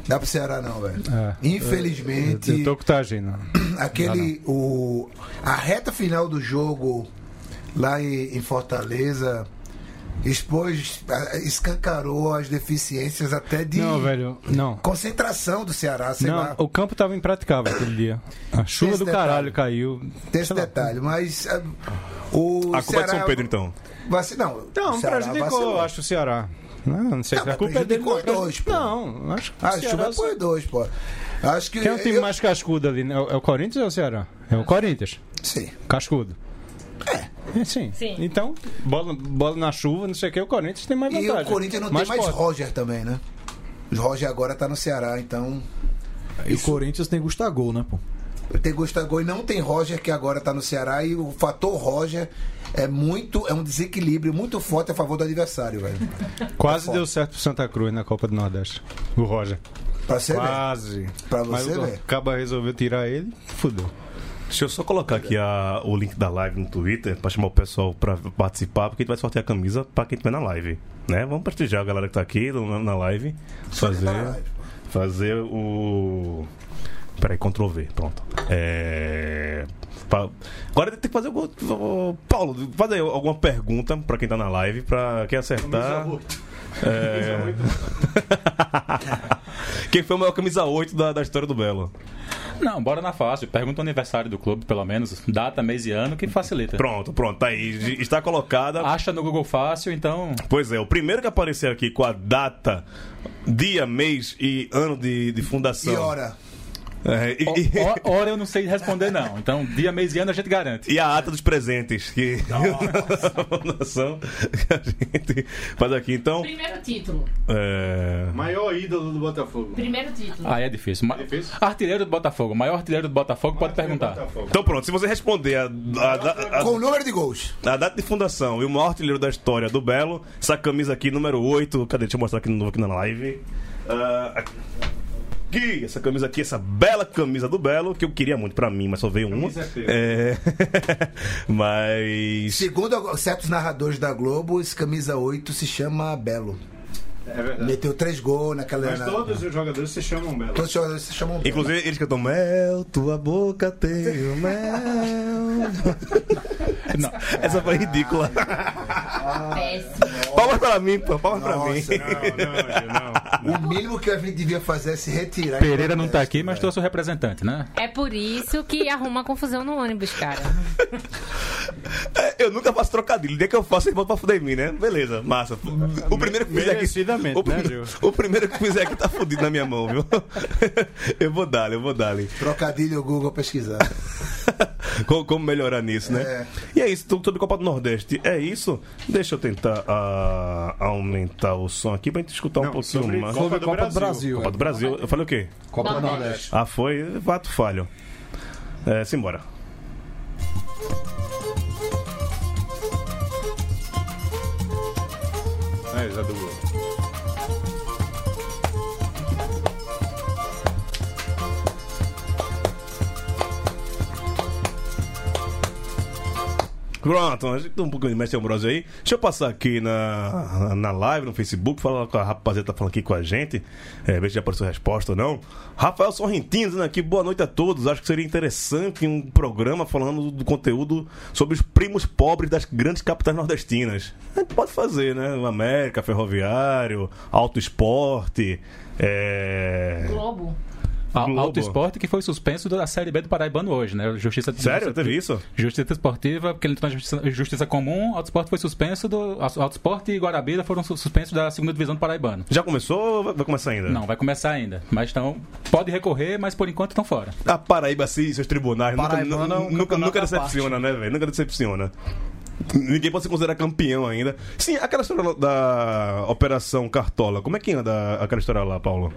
S4: Dá pro Ceará não, velho.
S7: É.
S4: Infelizmente,
S7: Eu tô com o Tagino.
S4: aquele o a reta final do jogo lá em, em Fortaleza expôs a- escancarou as deficiências até de
S7: Não, velho, não.
S4: concentração do Ceará, sei
S7: não,
S4: lá.
S7: o campo tava impraticável aquele dia. A chuva
S4: Esse
S7: do
S4: detalhe.
S7: caralho caiu.
S4: Tem esse
S7: Sei lá.
S4: detalhe, mas ah, o
S3: A culpa é de
S4: Ceará
S3: São Pedro, então.
S4: Vaci... Não, o Ceará
S7: Não, Então, prejudicou,
S4: vacilou.
S7: eu acho, o Ceará. Né? Não, não sei
S4: Não,
S7: se a
S4: mas
S7: culpa é dele.
S4: prejudicou
S7: mas-
S4: os dois, pô.
S7: Não, acho que o
S4: Ah, chuva
S7: Ceará só-
S4: foi dois, pô. Acho que
S7: Quem é o time
S4: eu-
S7: mais cascudo ali? né? É o é o Corinthians ou é o Ceará? É o Corinthians.
S4: Sim.
S7: Cascudo. É. sim.
S6: Sim.
S7: Então, bola, bola na chuva, não sei o que, o Corinthians tem mais
S4: E
S7: vantagem.
S4: o Corinthians não tem mais
S7: forte.
S4: Roger também, né? O Roger agora tá no Ceará, então
S5: E o Corinthians tem Gustavo, né, pô?
S4: tem Gustavo e não tem Roger que agora tá no Ceará e o fator Roger é muito, é um desequilíbrio muito forte a favor do adversário, velho.
S7: Quase
S4: forte.
S7: deu certo pro Santa Cruz na Copa do Nordeste. O Roger.
S4: Pra ser velho.
S7: Quase.
S4: É. Pra
S7: Mas
S4: você
S7: o
S4: ver.
S7: Caba resolveu tirar ele, fudeu.
S3: Deixa eu só colocar aqui a- o link da live no Twitter pra chamar o pessoal pra participar, porque a gente vai sortear a camisa pra quem tiver na live. Né? Vamos prestigiar a galera que tá aqui na, na live. Fazer. Fazer o. Peraí, Ctrl V, pronto. É. pa- Agora tem que fazer o. o- Paulo, faz aí alguma pergunta pra quem tá na live, pra quem acertar. É... quem foi o maior camisa 8 da, da história do Belo?
S8: Não, bora na fácil. Pergunta o aniversário do clube, pelo menos. Data, mês e ano, que facilita.
S3: Pronto, pronto, tá aí. Está colocada.
S8: Acha no Google Fácil, então.
S3: Pois é, o primeiro que aparecer aqui com a data, dia, mês e ano de, de fundação.
S4: E hora.
S3: É, e, e-
S8: o- o- Hora eu não sei responder, não. Então, dia, mês e ano a gente garante.
S3: e a ata dos presentes, que a fundação que a gente faz aqui. Então,
S6: Primeiro título.
S3: é,
S9: Maior ídolo do Botafogo.
S6: Primeiro título.
S8: Ah, é difícil. Ma-
S9: Difícil?
S8: Artilheiro do Botafogo. Maior artilheiro do Botafogo, pode perguntar.
S9: Botafogo.
S3: então pronto, se você responder a, a- a-
S4: Com o número de gols.
S3: a- a data de fundação e o maior artilheiro da história do Belo, essa camisa aqui, número 8, cadê? Deixa eu mostrar aqui de novo aqui na live. Ah, aqui, essa camisa aqui, essa bela camisa do Belo, que eu queria muito pra mim, mas só veio uma.
S9: Camisa é feia.
S3: É... mas.
S4: Segundo certos narradores da Globo, esse camisa 8 se chama Belo.
S9: É verdade.
S4: Meteu três gols naquela.
S9: Mas
S5: É.
S4: na-
S9: todos os jogadores se chamam Belo.
S4: Todos os jogadores se chamam Belo.
S3: Inclusive, eles cantam mel, tua boca tem o mel. Não, essa foi ridícula. Ah. Palmas pra mim, pô, palmas pra mim.
S4: Nossa, O mínimo que a gente devia fazer é se retirar.
S8: Pereira não tá aqui, mas trouxe o representante, né?
S6: É por isso que arruma confusão no ônibus, cara.
S3: É, Eu nunca faço trocadilho. O dia que eu faço, eles botam pra fuder em mim, né? Beleza, massa. O primeiro que fizer aqui.
S9: Merecidamente,
S3: o, prim-
S9: né, Gil?
S3: o primeiro que fizer aqui tá fudido na minha mão, viu? Eu vou dar, eu vou dar.
S4: Trocadilho Google pesquisar.
S3: Como, como melhorar nisso, né? E é isso, tudo Copa do Nordeste. É isso? Deixa eu tentar ah, aumentar o som aqui pra gente escutar um
S9: Não,
S3: pouquinho
S9: sobre
S3: mais.
S9: Copa do
S5: Copa do
S9: Brasil.
S5: Brasil.
S3: Copa do Brasil. Eu falei o quê?
S5: Copa do Nordeste.
S3: Ah, foi vato falho. É, simbora.
S9: É, já do
S3: Pronto, a gente tem um pouquinho de mestre Ambrosio aí. Deixa eu passar aqui na, na live, no Facebook, falar com a rapaziada que tá falando aqui com a gente. É, ver se já apareceu resposta ou não. Rafael Sorrentino dizendo aqui, boa noite a todos. Acho que seria interessante um programa falando do conteúdo sobre os primos pobres das grandes capitais nordestinas. A gente pode fazer, né? O América, Ferroviário, Alto Esporte. É...
S6: Globo.
S8: A-
S3: Globo.
S8: Alto Esporte que foi suspenso da Série B do Paraibano hoje, né? Justiça
S3: Sério? Teve isso?
S8: Justiça Esportiva, porque ele entrou na Justiça, Justiça Comum, Alto Esporte foi suspenso do. Alto Esporte e Guarabira foram su- suspensos da segunda divisão do Paraibano.
S3: Já começou ou vai- vai começar ainda?
S8: Não, vai começar ainda. Mas então, pode recorrer, mas por enquanto estão fora.
S3: A Paraíba, sim, seus tribunais. Nunca,
S5: Paraibano
S3: nu-
S5: é um
S3: nunca,
S5: campeonato
S3: nunca
S5: à
S3: decepciona, né, velho? Nunca decepciona. Ninguém pode se considerar campeão ainda. Sim, aquela história lá da Operação Cartola, como é que anda aquela história lá, Paulo?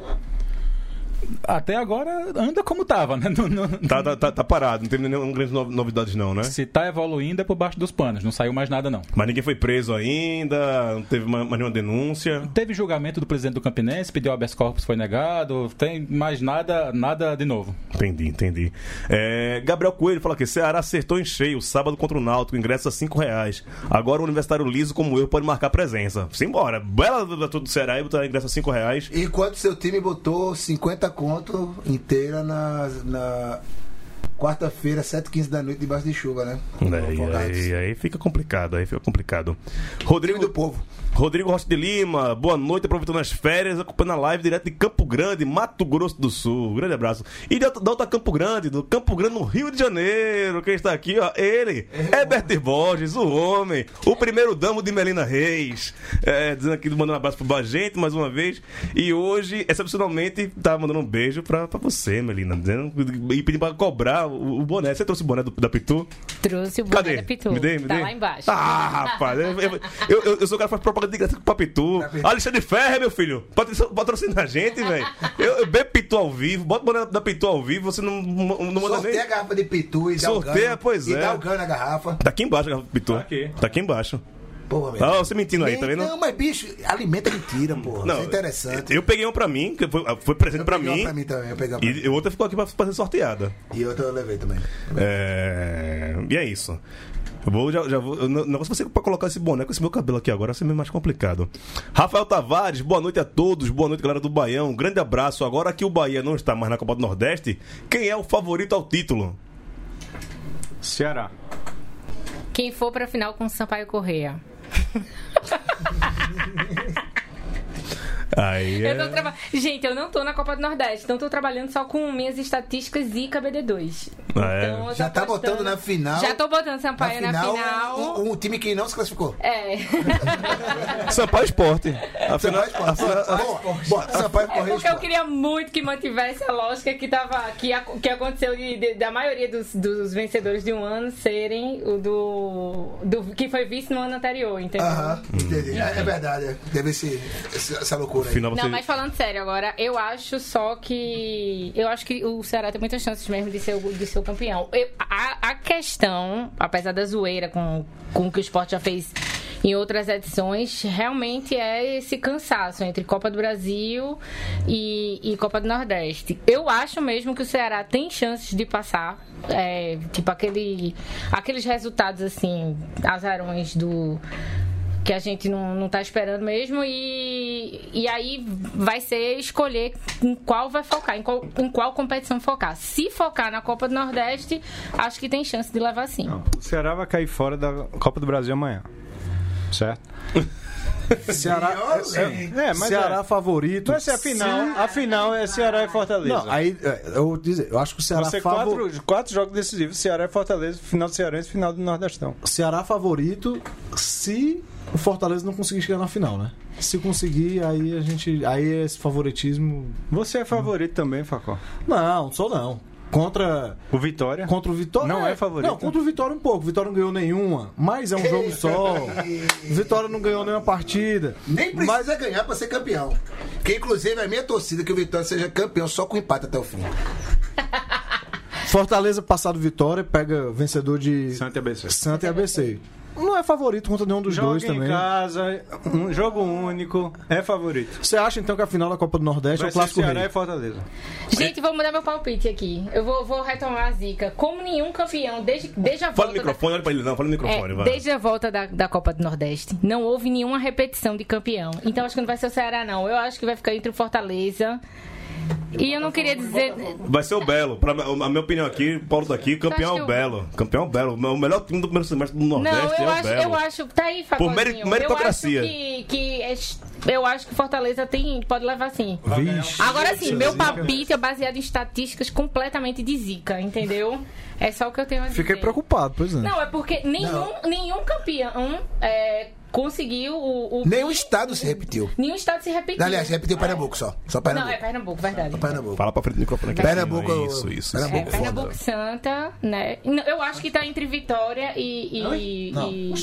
S8: Até agora anda como tava, né? Não- não-
S3: Tá, tá, tá- tá parado, não teve nenhuma grande no- novidade, não, né?
S8: Se tá evoluindo é por baixo dos panos, não saiu mais nada não.
S3: Mas ninguém foi preso ainda, não teve ma- mais nenhuma denúncia.
S8: Teve julgamento do presidente do Campinense, pediu habeas corpus, foi negado, tem mais nada, nada de novo.
S3: Entendi, entendi. É, Gabriel Coelho fala que Ceará acertou em cheio, sábado contra o Náutico, ingresso a 5 reais. Agora o universitário liso como eu pode marcar presença. Simbora, bela da tudo do Ceará e botar ingresso a 5 reais.
S4: Enquanto seu time botou 50 conto inteira na, na quarta-feira, 7h15 da noite, debaixo de chuva, né?
S3: É, Aí, aí, aí fica complicado, aí fica complicado. Rodrigo
S4: Time do povo.
S3: Rodrigo Rocha de Lima, boa noite, aproveitando as férias, acompanhando a live direto de Campo Grande, Mato Grosso do Sul. Grande abraço. E da outra Campo Grande, do Campo Grande, no Rio de Janeiro, quem está aqui, ó, ele, Herbert Borges, o homem, o primeiro damo de Melina Reis. É, dizendo aqui, mandando um abraço pra gente mais uma vez. E hoje, excepcionalmente, tá mandando um beijo pra, pra você, Melina, dizendo, e pedindo pra cobrar o, o boné. Você trouxe o boné do- da Pitu?
S6: Trouxe o boné
S3: Cadê?
S6: da Pitu.
S3: Me dei, me
S6: tá
S3: dei.
S6: lá embaixo.
S3: Ah, rapaz. Eu, eu, eu- eu sou o cara que faz propaganda de graça com Papitu.
S4: Tá
S3: Alexandre Ferrer, meu filho. patro- Patrocina a gente, velho. Eu, eu bebo Pitu ao vivo. Bota o boné da Pitu ao vivo. Você não, não não manda
S4: Sorteia a
S3: nem...
S4: garrafa de pitu e dá o
S3: Sorteia,
S4: ganho.
S3: pois
S4: e
S3: é.
S4: dá o ganho na garrafa.
S3: Tá aqui embaixo, a Pitu. Tá
S9: aqui.
S3: Tá aqui embaixo.
S4: Porra, meu.
S3: Ah, você mentindo aí,
S4: Nem-
S3: tá vendo?
S4: Não, mas bicho, alimenta mentira, porra. Isso é interessante.
S3: Eu peguei um pra mim, que foi, foi presente
S4: Eu
S3: pra
S4: peguei uma
S3: mim.
S4: pra mim também, eu peguei uma pra mim.
S3: E outra ficou aqui pra pra ser sorteada.
S4: E outra eu levei também.
S3: É... E é isso. Eu vou, já, já vou, eu não, não sei se você pra colocar esse boné com esse meu cabelo aqui agora, vai ser meio mais complicado. Rafael Tavares, boa noite a todos, boa noite, galera do Baião. Um grande abraço. Agora que o Bahia não está mais na Copa do Nordeste, quem é o favorito ao título?
S9: Ceará.
S6: Quem for pra final com o Sampaio Correia.
S3: Aí é
S6: Eu tô traba... Gente, eu não tô na Copa do Nordeste, então tô trabalhando só com minhas estatísticas e KBD2.
S3: Ah, é.
S6: Então, eu tô
S4: Já tá botando na final-
S6: Já tô botando Sampaio na final.
S4: Um, um time que não se classificou.
S6: É.
S3: Sampaio Esporte. A final-
S4: Sampaio Correia. Sampaio- Bota Sampaio
S6: É
S4: Correia.
S6: porque eu queria muito que mantivesse a lógica que, tava, que, a- que aconteceu de- de- da maioria dos, dos vencedores de um ano serem o do, do- que foi vice no ano anterior, entendeu?
S4: Aham,
S3: Hum.
S4: entendi. É, é verdade, é. teve esse, esse- essa loucura aí.
S3: final você-
S6: Não, mas falando sério agora, eu acho só que. Eu acho que o Ceará tem muitas chances mesmo de ser, o- de ser o campeão. Eu- a, a questão, apesar da zoeira com, com o que o esporte já fez em outras edições, realmente é esse cansaço entre Copa do Brasil e, e Copa do Nordeste. Eu acho mesmo que o Ceará tem chances de passar. é, tipo, aquele, aqueles resultados assim, azarões do que a gente não, não tá esperando mesmo e e aí vai ser escolher em qual vai focar, em qual, em qual competição focar. Se focar na Copa do Nordeste, acho que tem chance de levar sim.
S7: O Ceará vai cair fora da Copa do Brasil amanhã. Certo?
S5: Ceará,
S7: É, mas
S5: Ceará
S7: é.
S5: favorito.
S7: Vai ser a final. A final é Ceará e Fortaleza.
S5: Não, aí é, eu vou dizer, eu acho que o Ceará
S7: Vão ser
S5: favor-
S7: quatro, quatro jogos decisivos: Ceará e Fortaleza, final do Cearense, final do Nordestão.
S5: Ceará favorito se o Fortaleza não conseguir chegar na final, né? Se conseguir, aí a gente. Aí esse favoritismo.
S7: Você é favorito também, Facó.
S5: Não, sou não. Contra.
S7: O Vitória.
S5: Contra o Vitória.
S7: Não é favorito?
S5: Não, contra o Vitória um pouco. O Vitória não ganhou nenhuma. Mas é um jogo só. O Vitória não ganhou nenhuma partida.
S4: Nem precisa ganhar pra ser campeão. Que inclusive a minha torcida que o Vitória seja campeão só com empate até o fim.
S5: Fortaleza passado Vitória, pega vencedor de
S9: Santa e ABC.
S5: Santa e ABC. Não é favorito contra nenhum dos
S7: Joga
S5: dois
S7: em
S5: também.
S7: casa, um jogo único, é favorito.
S5: Você acha então que a final da Copa do Nordeste é
S7: Vai
S5: o
S7: ser
S5: clássico
S7: Ceará
S5: rei?
S7: e Fortaleza.
S6: Gente, vou mudar meu palpite aqui. Eu vou, vou retomar a zica. Como nenhum campeão, desde, desde
S3: Fala
S6: a
S3: no
S6: volta. da-
S3: microfone, olha pra ele não, fala no microfone,
S6: É,
S3: vai.
S6: desde a volta da, da Copa do Nordeste, não houve nenhuma repetição de campeão. Então acho que não vai ser o Ceará, não. Eu acho que vai ficar entre o Fortaleza. E eu não queria dizer.
S3: Vai ser o Belo. Pra, a minha opinião aqui, Paulo daqui, campeão
S6: que
S3: é
S6: o-
S3: o Belo. Campeão é o Belo. O melhor time do primeiro semestre do
S6: Não,
S3: Nordeste
S6: eu
S3: é o
S6: acho,
S3: Belo.
S6: eu acho. Tá aí,
S3: Por
S6: Fagozinho.
S3: meri- meritocracia.
S6: Eu acho que, que é- eu acho que o Fortaleza tem, pode levar sim.
S3: um
S5: Vixe.
S6: Agora sim, meu palpite é baseado em estatísticas completamente de zica, entendeu? É só o que eu tenho a dizer.
S5: Fiquei preocupado, pois é.
S6: Não, é porque nenhum, nenhum campeão é, conseguiu o, o-
S4: Nem o estado se repetiu.
S6: nenhum estado se repetiu.
S4: Aliás,
S3: é
S4: repetiu Pernambuco só. Só
S6: Não,
S4: Pernambuco.
S6: é Pernambuco, verdade.
S4: Pernambuco.
S3: Fala pra frente do microfone aqui.
S4: Pernambuco,
S3: Isso, isso. isso.
S4: Pernambuco.
S6: É, Pernambuco Santa, né? Não, Eu acho que tá entre Vitória e. e- e-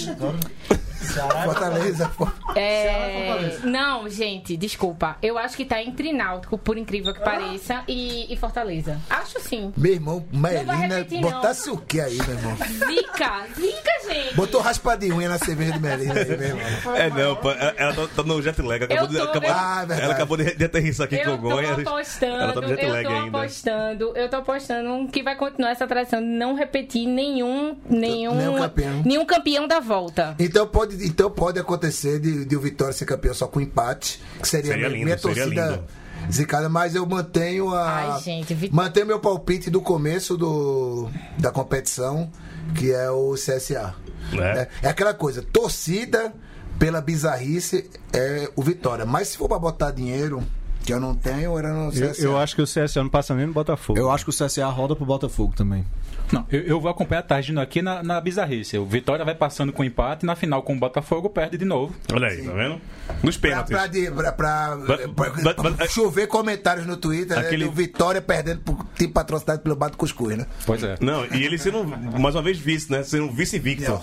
S4: Fortaleza.
S6: é, Não, gente, desculpa. Eu acho que tá entre Náutico, por incrível que pareça, e, e Fortaleza. Acho sim.
S4: Meu irmão, Merlina,
S6: repetir, não.
S4: botasse o que aí, meu irmão?
S6: Zica, zica, gente.
S4: Botou raspa de unha na cerveja do Merlina aí, meu irmão.
S3: É, não, pá, ela- ela tá, tá no jet lag. Acabou
S6: Eu
S3: de,
S6: tô,
S3: acabou,
S6: eu-
S4: Ah, é verdade.
S3: ela acabou de, de aterrissar aqui em
S6: Eu tô
S3: Congonhas. Ela tá
S6: apostando,
S3: no jet
S6: eu
S3: lag
S6: tô
S3: ainda.
S6: apostando, eu tô apostando um que vai continuar essa tradição de não repetir nenhum, nenhum,
S4: Nenhum campeão.
S6: nenhum campeão da volta.
S4: Então pode, então pode acontecer de, de o Vitória ser campeão só com um empate, que seria,
S3: Seria
S4: minha,
S3: lindo,
S4: minha
S3: seria
S4: torcida
S3: lindo.
S4: zicada, mas eu mantenho a.
S6: Ai, gente, Vit-
S4: Mantenho meu palpite do começo do, da competição, que é o CSA.
S3: É.
S4: É, é aquela coisa, torcida pela bizarrice é o Vitória. Mas se for pra botar dinheiro, que eu não tenho, era no
S7: Eu,
S4: CSA.
S7: eu acho que o CSA não passa nem no Botafogo.
S5: Eu acho que o CSA roda pro Botafogo também.
S8: Não, eu, eu vou acompanhar Targino aqui na, na bizarrice. O Vitória vai passando com empate, na final com o Botafogo perde de novo.
S3: Olha aí, tá vendo? Nos
S4: Pra,
S3: pênaltis.
S4: pra, de- pra- pra-
S3: But-
S4: pra-
S3: but- but-
S4: pra chover comentários no Twitter
S3: Aquele-
S4: né, do Vitória perdendo pro time patrocinado pelo Bato Cuscuz, né?
S8: Pois é.
S3: Não, e ele sendo, mais uma vez, vice, né? Sendo um vice-victor.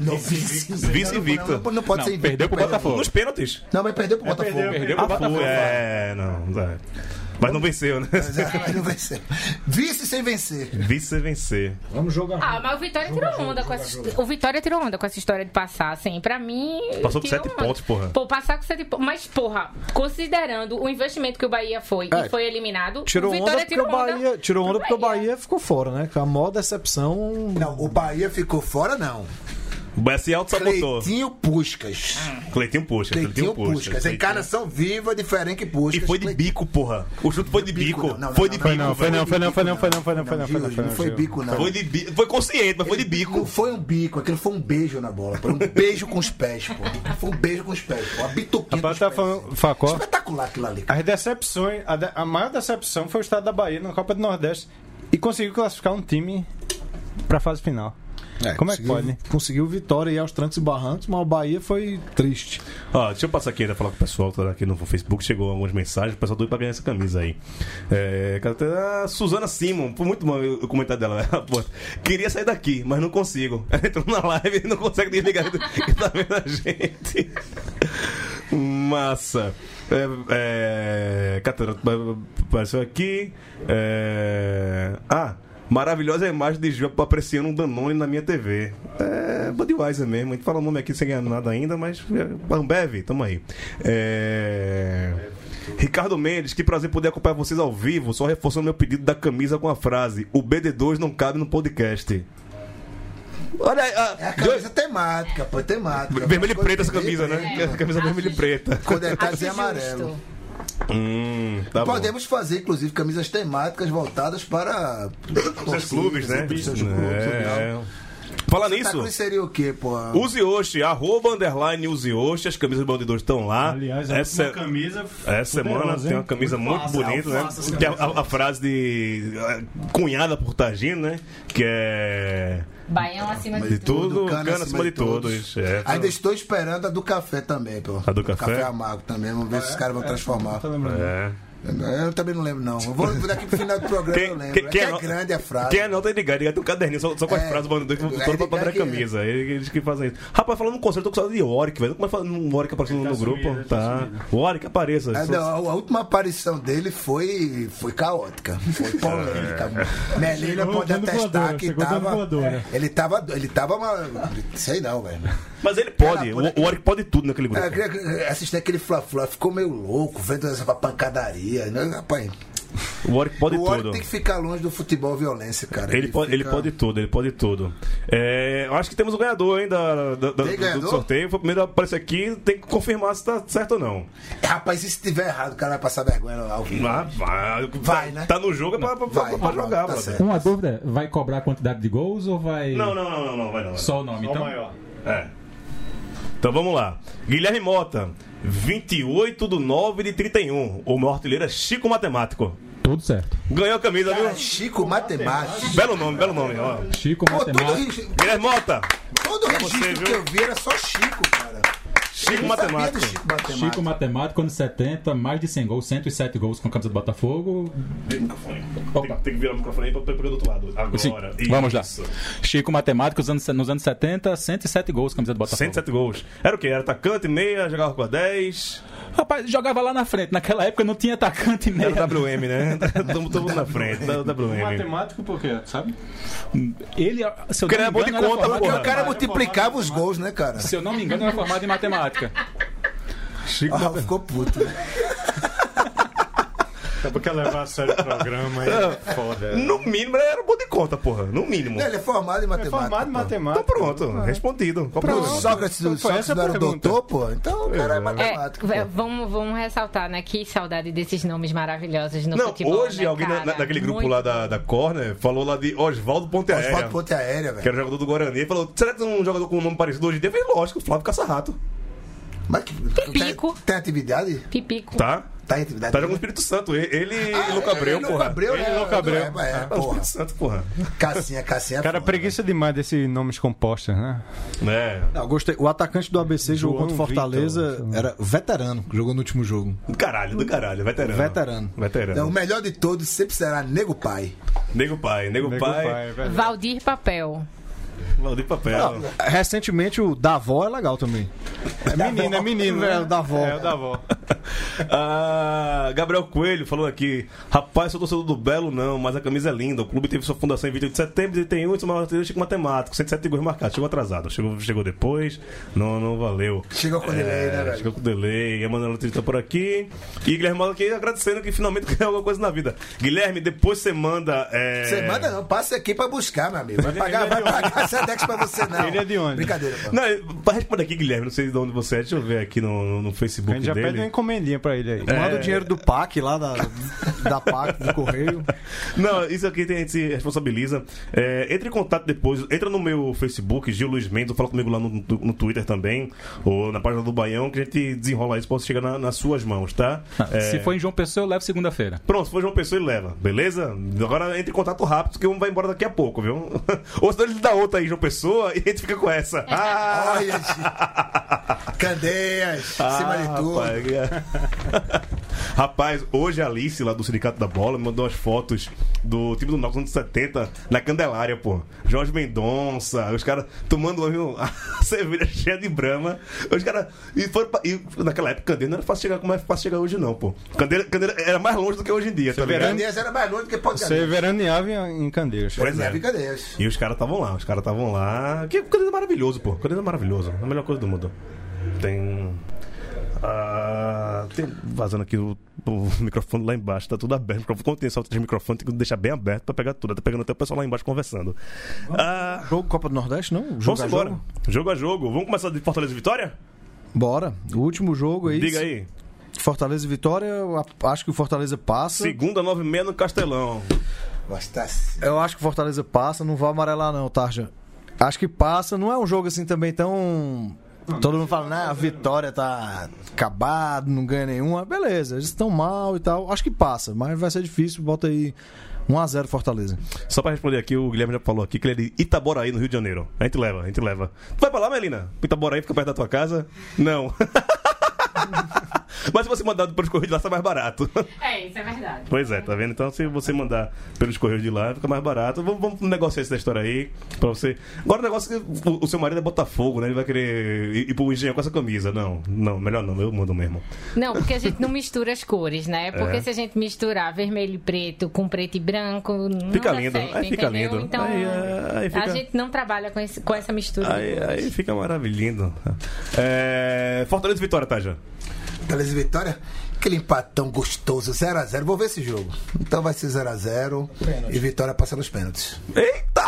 S4: Não, vice-
S3: Vice-victor.
S4: Não, não pode
S8: Não,
S4: ser invicto.
S8: perdeu pro
S4: perdeu.
S8: Botafogo.
S3: Nos pênaltis.
S4: Não, mas perdeu pro Botafogo.
S8: Perdeu
S3: Ah,
S8: pro Botafogo.
S3: foi, é, não. é. Mas não venceu, né?
S4: Mas não venceu. Vice sem vencer.
S3: Vice vencer.
S5: Vamos jogar.
S6: Ah, mas o Vitória tirou onda com essa his- O Vitória tirou onda com essa história de passar, assim. Pra mim.
S3: Passou por
S6: tirou
S3: sete
S6: onda.
S3: pontos, porra.
S6: Pô, passar com sete pontos. Mas, porra, considerando o investimento que o Bahia foi
S5: É.
S6: e foi eliminado,
S5: Tirou
S6: o
S5: onda
S6: Vitória
S5: porque
S6: tirou
S5: o Bahia.
S6: onda.
S5: Tirou onda
S6: pro
S5: porque o Bahia ficou fora, né? A maior decepção.
S4: Não, o Bahia ficou fora, não.
S3: O BS auto-sabotou.
S4: Cleitinho Puscas.
S3: Cleitinho puxa, Cleitinho
S4: Cleitinho
S3: puxa.
S4: Puscas. Encarnação viva, diferente que Puscas.
S3: E foi de
S4: Cleitinho-
S3: bico, porra. O chute foi de bico.
S4: Não, não,
S3: Foi de
S4: não,
S3: bico.
S4: não,
S3: velho.
S7: não, foi não, foi não, foi não, foi não, foi não, foi não,
S4: Gil,
S7: foi não,
S4: Não foi
S7: Gil.
S4: bico, não.
S3: Foi de bico. Foi consciente, mas foi de bico.
S4: Não foi um bico, aquilo foi um beijo na bola. Foi um beijo com os pés, pô. Foi um beijo com os pés, pô. A bituquinha com
S7: Rapaz,
S4: os
S7: tá
S4: pés.
S7: falando, Facó.
S4: Espetacular aquilo ali.
S7: As decepções, a, de- a maior decepção foi o estado da Bahia na Copa do Nordeste e conseguiu classificar um time pra fase final. Como é que
S5: conseguiu-
S7: pode? né?
S5: Conseguiu vitória aí aos trancos e barrancos, mas o Bahia foi triste.
S3: Ó, deixa eu passar aqui ainda falar com o pessoal que tá aqui no Facebook. Chegou algumas mensagens, o pessoal doido pra ganhar essa camisa aí. É, cara, tem a Suzana Simon, foi muito bom o comentário dela. Ela, pô, Queria sair daqui, mas não consigo. Ela entrou na live e não consegue desligar do- que tá vendo a gente. Massa. É, é, Catana, apareceu aqui. É, ah, maravilhosa imagem de Gil apreciando um Danone na minha TV. É Budweiser mesmo. A gente fala o nome aqui sem ganhar nada ainda, mas é, Ambev, tamo aí. É, Ricardo Mendes, que prazer poder acompanhar vocês ao vivo. Só reforçando meu pedido da camisa com a frase: O BD2 não cabe no podcast. Olha aí, ah,
S4: É a camisa temática, pô, é temática.
S3: vermelho e
S4: Coisa É.
S3: preta essa
S4: de
S3: camisa,
S4: vermelho
S3: né? A camisa vermelho e preta.
S4: e- Ah, Quando é
S6: Acho
S4: caso é amarelo.
S6: justo.
S3: Hum, tá bom.
S4: Podemos fazer, inclusive, camisas temáticas voltadas para
S3: Os seus clubes, né?
S4: Os seus clubes e tal.
S3: É. Fala
S4: Santa
S3: nisso.
S4: Cruz seria o quê, pô?
S3: Use Oxi, arroba underline Use Oxi, as camisas do Bande 2 estão lá.
S9: Aliás, a
S3: essa,
S9: última camisa.
S3: essa semana
S9: poderosa,
S3: tem uma
S9: hein?
S3: camisa muito
S9: massa,
S3: bonita, né?
S9: massa essa
S3: Tem a,
S9: camisa.
S3: a- a frase de ah, cunhada por Tagino, né? Que é.
S6: Baião um acima
S3: De
S6: de tudo.
S3: tudo, cana, acima de todos. É,
S4: Ainda estou esperando a do café também, pô.
S3: A do café?
S4: Café amargo também, vamos ver se os caras vão transformar.
S7: Tá
S3: é.
S4: Eu também não lembro, não. Eu vou daqui pro final do programa, eu
S3: Quem,
S4: lembro.
S3: quem,
S4: é
S3: quem
S4: que é
S3: anota-
S4: grande a frase.
S3: Quem anota é de Gary, tem um caderninho só, só com as
S4: É.
S3: frases do Bande 2
S4: É,
S3: todo pra
S4: de
S3: poder a
S4: Gary é.
S3: camisa. Eles, eles que fazem isso. Rapaz, falando no concerto, eu tô com saudade de Oric, velho. Como é que um Oric aparecendo no
S9: né?
S3: grupo? Tá. O Oric apareça.
S4: Ah,
S3: Só-
S4: não, a, a última aparição dele foi, foi caótica,
S3: É.
S4: foi polêmica. Melina
S9: Chegou
S4: pode
S9: dando
S4: atestar
S9: voadora,
S4: que
S9: chegou dando
S4: tava,
S9: voadora.
S4: ele tava. Ele tava. uma- Sei não, velho.
S3: Mas ele pode, o, o Oric pode tudo naquele grupo.
S4: Eu queria assistir aquele Fla-Fla, ficou meio louco, vendo essa pancadaria. Né? Rapaz,
S3: O Warwick pode
S4: é, o
S3: tudo.
S4: Warwick tem que ficar longe do futebol violência, cara.
S3: Ele, pode, ele
S4: fica-
S3: pode tudo, ele pode tudo. É, eu acho que temos o ganhador hein, da, da- da-
S4: Tem
S3: do- do
S4: ganhador?
S3: sorteio. Foi o primeiro a aparecer aqui, tem que confirmar se tá certo ou não.
S4: É, Rapaz, e se tiver errado, o cara vai passar vergonha ao vivo.
S3: Ah, vai,
S4: Vai, né?
S3: Tá no jogo é pra, pra, pra-
S4: Vai,
S3: pra jogar,
S4: tá
S3: brother.
S4: certo.
S8: Uma dúvida, vai cobrar a quantidade de gols ou vai.
S3: Não, não, não, não, não, vai não.
S8: Só o nome, então.
S3: É. Então vamos lá. Guilherme Mota, 28 do 9 de 31. O meu artilheiro é Chico Matemático.
S8: Tudo certo.
S3: Ganhou a camisa, viu?
S4: Cara, Chico Matemática.
S3: Belo nome, belo nome. ó.
S8: Chico,
S4: Pô, todo,
S8: matemática.
S4: regi-
S3: Guilherme Mota,
S4: todo registro
S3: viu?
S4: que eu vi era só Chico, cara.
S3: Chico
S4: Eu não sabia
S3: Matemático.
S4: do Chico Matemática.
S8: Chico Matemático, anos 70, mais de 100 gols, 107 gols com a camisa do Botafogo.
S3: Tem, tem que virar o microfone aí pra pegar do outro lado. Agora.
S8: Sim, vamos lá. Chico Matemático, nos anos, nos anos 70, 107 gols com a camisa do Botafogo.
S3: 107 gols. Era o quê? Era atacante, meia, jogava com a 10.
S8: Rapaz, jogava lá na frente. Naquela época não tinha atacante
S3: Era
S8: mesmo.
S3: WM, né? Tamo todo mundo na frente. Era WM.
S9: Matemático, por quê? Sabe?
S8: Ele, se eu
S3: Cara, é
S8: não
S3: bom
S8: me
S3: de
S8: engano, era
S3: conta, porra.
S4: Porque
S8: formado em
S4: o cara
S8: matemática.
S4: multiplicava os gols, né, cara?
S8: Se eu não me engano, era formado em matemática.
S9: Chico
S4: Ah, ficou puto.
S9: é porque levar a sério o programa é foda. é.
S3: No mínimo, era um bom de conta, porra. No mínimo.
S4: Não, ele é formado em matemática.
S9: Formado em
S5: Tá
S4: pô.
S9: matemática.
S3: Então
S9: Ah.
S5: É.
S3: pronto, respondido. Qual o
S4: Pô,
S3: problema?
S4: Sócrates,
S9: Então foi
S4: Sócrates
S9: essa a
S4: não era um
S9: pergunta.
S4: doutor, pô. Então o cara é
S6: É,
S4: matemático.
S6: é,
S4: pô.
S6: vamos, vamos ressaltar, né? Que saudade desses nomes maravilhosos no
S3: Não,
S6: futebol.
S3: hoje
S6: né,
S3: alguém na-
S6: cara?
S3: na- daquele grupo
S6: Muito
S3: lá da, da Corner falou lá de Oswaldo Ponteaérea.
S4: Oswaldo Ponte Aérea,
S3: Que
S4: velho.
S3: era jogador do Guarani, ele falou: será que tem um jogador com um nome parecido hoje em dia? Eu falei, lógico, Flávio Caça-Rato.
S4: Mas que-
S6: Pipico.
S4: Tem, tem atividade?
S6: Pipico.
S3: Tá?
S4: Tá em atividade?
S3: Tá jogando no Espírito Santo. Ele, ele e
S4: Ah,
S3: Luca Abreu,
S4: é,
S3: porra.
S4: Luca Abreu,
S3: ele
S4: né?
S3: e Luca Abreu.
S4: É, é,
S3: Ah,
S4: porra.
S3: Espírito Santo, porra.
S4: Cassinha, Cassinha. é
S9: Cara,
S4: foda.
S9: preguiça demais desses nomes compostos, né?
S3: É.
S5: Não, gostei. O atacante do ABC jogou
S9: João
S5: contra o Fortaleza, era veterano, que jogou no último jogo.
S3: Do caralho, do caralho. Veterano.
S5: Veterano.
S3: Veterano.
S4: Não, É o melhor de todos sempre será Nego Pai.
S3: Nego pai, nego,
S9: Nego
S3: pai.
S9: pai, é velho.
S6: Valdir Papel.
S3: Valdir Papel.
S5: Recentemente o Davó é legal também. É menino, é menino, né? O Davó.
S9: É o da avó.
S3: Ah, Gabriel Coelho falando aqui. Rapaz, sou torcedor do Belo, não, mas a camisa é linda. O clube teve sua fundação em 28 de setembro, e tem 8, o maior artilheiro Chico Matemático. 107 gols marcados. Chegou atrasado, chegou, chegou depois. Não, não valeu. É,
S4: Chegou com delay, né, velho?
S3: Chegou com delay. A Manuela tá por aqui. E Guilherme Mola aqui agradecendo que finalmente ganhou alguma coisa na vida. Guilherme, depois você manda. é,
S4: Você manda não, passa aqui pra buscar, meu amigo. Vai
S3: Ele- ele
S4: pagar,
S3: é
S4: vai
S3: de
S4: pagar a Sedex pra você, não.
S9: Ele é de onde?
S4: Brincadeira, pô.
S3: Não, vai responder aqui, Guilherme. Não sei de onde você é. Deixa eu ver aqui no, no
S9: A
S3: Facebook
S9: gente já
S3: dele.
S9: pede uma encomendinha pra ele aí. É.
S5: Manda o dinheiro do PAC lá, da, da PAC, do Correio.
S3: Não, isso aqui tem- a gente se responsabiliza. É, entre em contato depois, entra no meu Facebook, Gil Luiz Mendes, ou fala comigo lá no, no Twitter também, ou na página do Baião, que a gente desenrola isso, pode chegar na- nas suas mãos, tá? É,
S8: Ah, Se for em João Pessoa, eu levo segunda-feira.
S3: Pronto, se for João Pessoa, ele leva, beleza? Agora entre em contato rápido, que um vai embora daqui a pouco, viu? Ou senão ele dá outra aí, João Pessoa, e a gente fica com essa. Ah!
S4: Olha, gente. Candeias, cima de tudo.
S3: Rapaz, Ah, é. Rapaz, hoje a Alice, lá do Sindicato da Bola, me mandou as fotos do time do Náutico nos anos 70 na Candelária, pô. Jorge Mendonça, os caras tomando viu, a cerveja cheia de brama. Os caras. E foram pra- e naquela época, Candeia não era fácil chegar como é fácil chegar hoje, não, pô. Candeia, Candeia era mais longe do que hoje em dia, tá ligado?
S4: Candeias era mais longe do que pode
S9: Você veraneava em em Candeias.
S3: Pois é.
S4: Candeias.
S3: E os caras estavam lá, os caras estavam lá. Que Candeia é maravilhoso, pô. Candeia é maravilhoso, é a melhor coisa do mundo. Tem. Ah, tem vazando aqui o, o microfone lá embaixo, tá tudo aberto. Como tem só três microfones, tem que deixar bem aberto pra pegar tudo. Tá pegando até o pessoal lá embaixo conversando. Ah,
S5: Jogo Copa do Nordeste, não? Jogo
S3: vamos
S5: a
S3: embora.
S5: jogo?
S3: Jogo a jogo. Vamos começar de Fortaleza e Vitória?
S5: Bora. O último jogo aí.
S3: Diga aí.
S5: Fortaleza e Vitória, eu a- acho que o Fortaleza passa.
S3: Segunda, nove e meia no Castelão.
S4: Bastasse.
S5: Eu acho que o Fortaleza passa, não vai amarelar não, Tarja. Acho que passa, não é um jogo assim também tão... Todo mundo fala, né, a vitória tá acabado, não ganha nenhuma. Beleza, eles estão mal e tal. Acho que passa, mas vai ser difícil. Bota aí 1x0 Fortaleza.
S3: Só pra responder aqui, o Guilherme já falou aqui que ele é de Itaboraí, no Rio de Janeiro. A gente leva, a gente leva. Tu vai pra lá, Melina? Itaboraí fica perto da tua casa? Não. Mas se você mandar pelos correios de lá, sai mais barato.
S6: É, isso é verdade.
S3: Pois é, tá vendo? Então, se você mandar pelos correios de lá, fica mais barato. Vamos, vamos negociar essa história aí pra você. Agora o negócio é que o, o seu marido é Botafogo, né? Ele vai querer ir, ir pro engenho com essa camisa. Não, não, melhor não, eu mando mesmo.
S6: Não, porque a gente não mistura as cores, né?
S3: É.
S6: Porque se a gente misturar vermelho e preto com preto e branco, não
S3: Fica
S6: dá
S3: lindo,
S6: certo,
S3: aí fica
S6: entendeu?
S3: lindo.
S6: Então,
S3: Aí, é, aí
S6: a
S3: fica-
S6: gente não trabalha com, esse- com essa mistura.
S3: Aí, aí fica maravilhoso. É, Fortaleza e Vitória, tá, já?
S4: Fortaleza e Vitória, aquele empatão gostoso, 0x0. Vou ver esse jogo. Então vai ser 0x0 e Vitória passa nos pênaltis.
S3: Eita!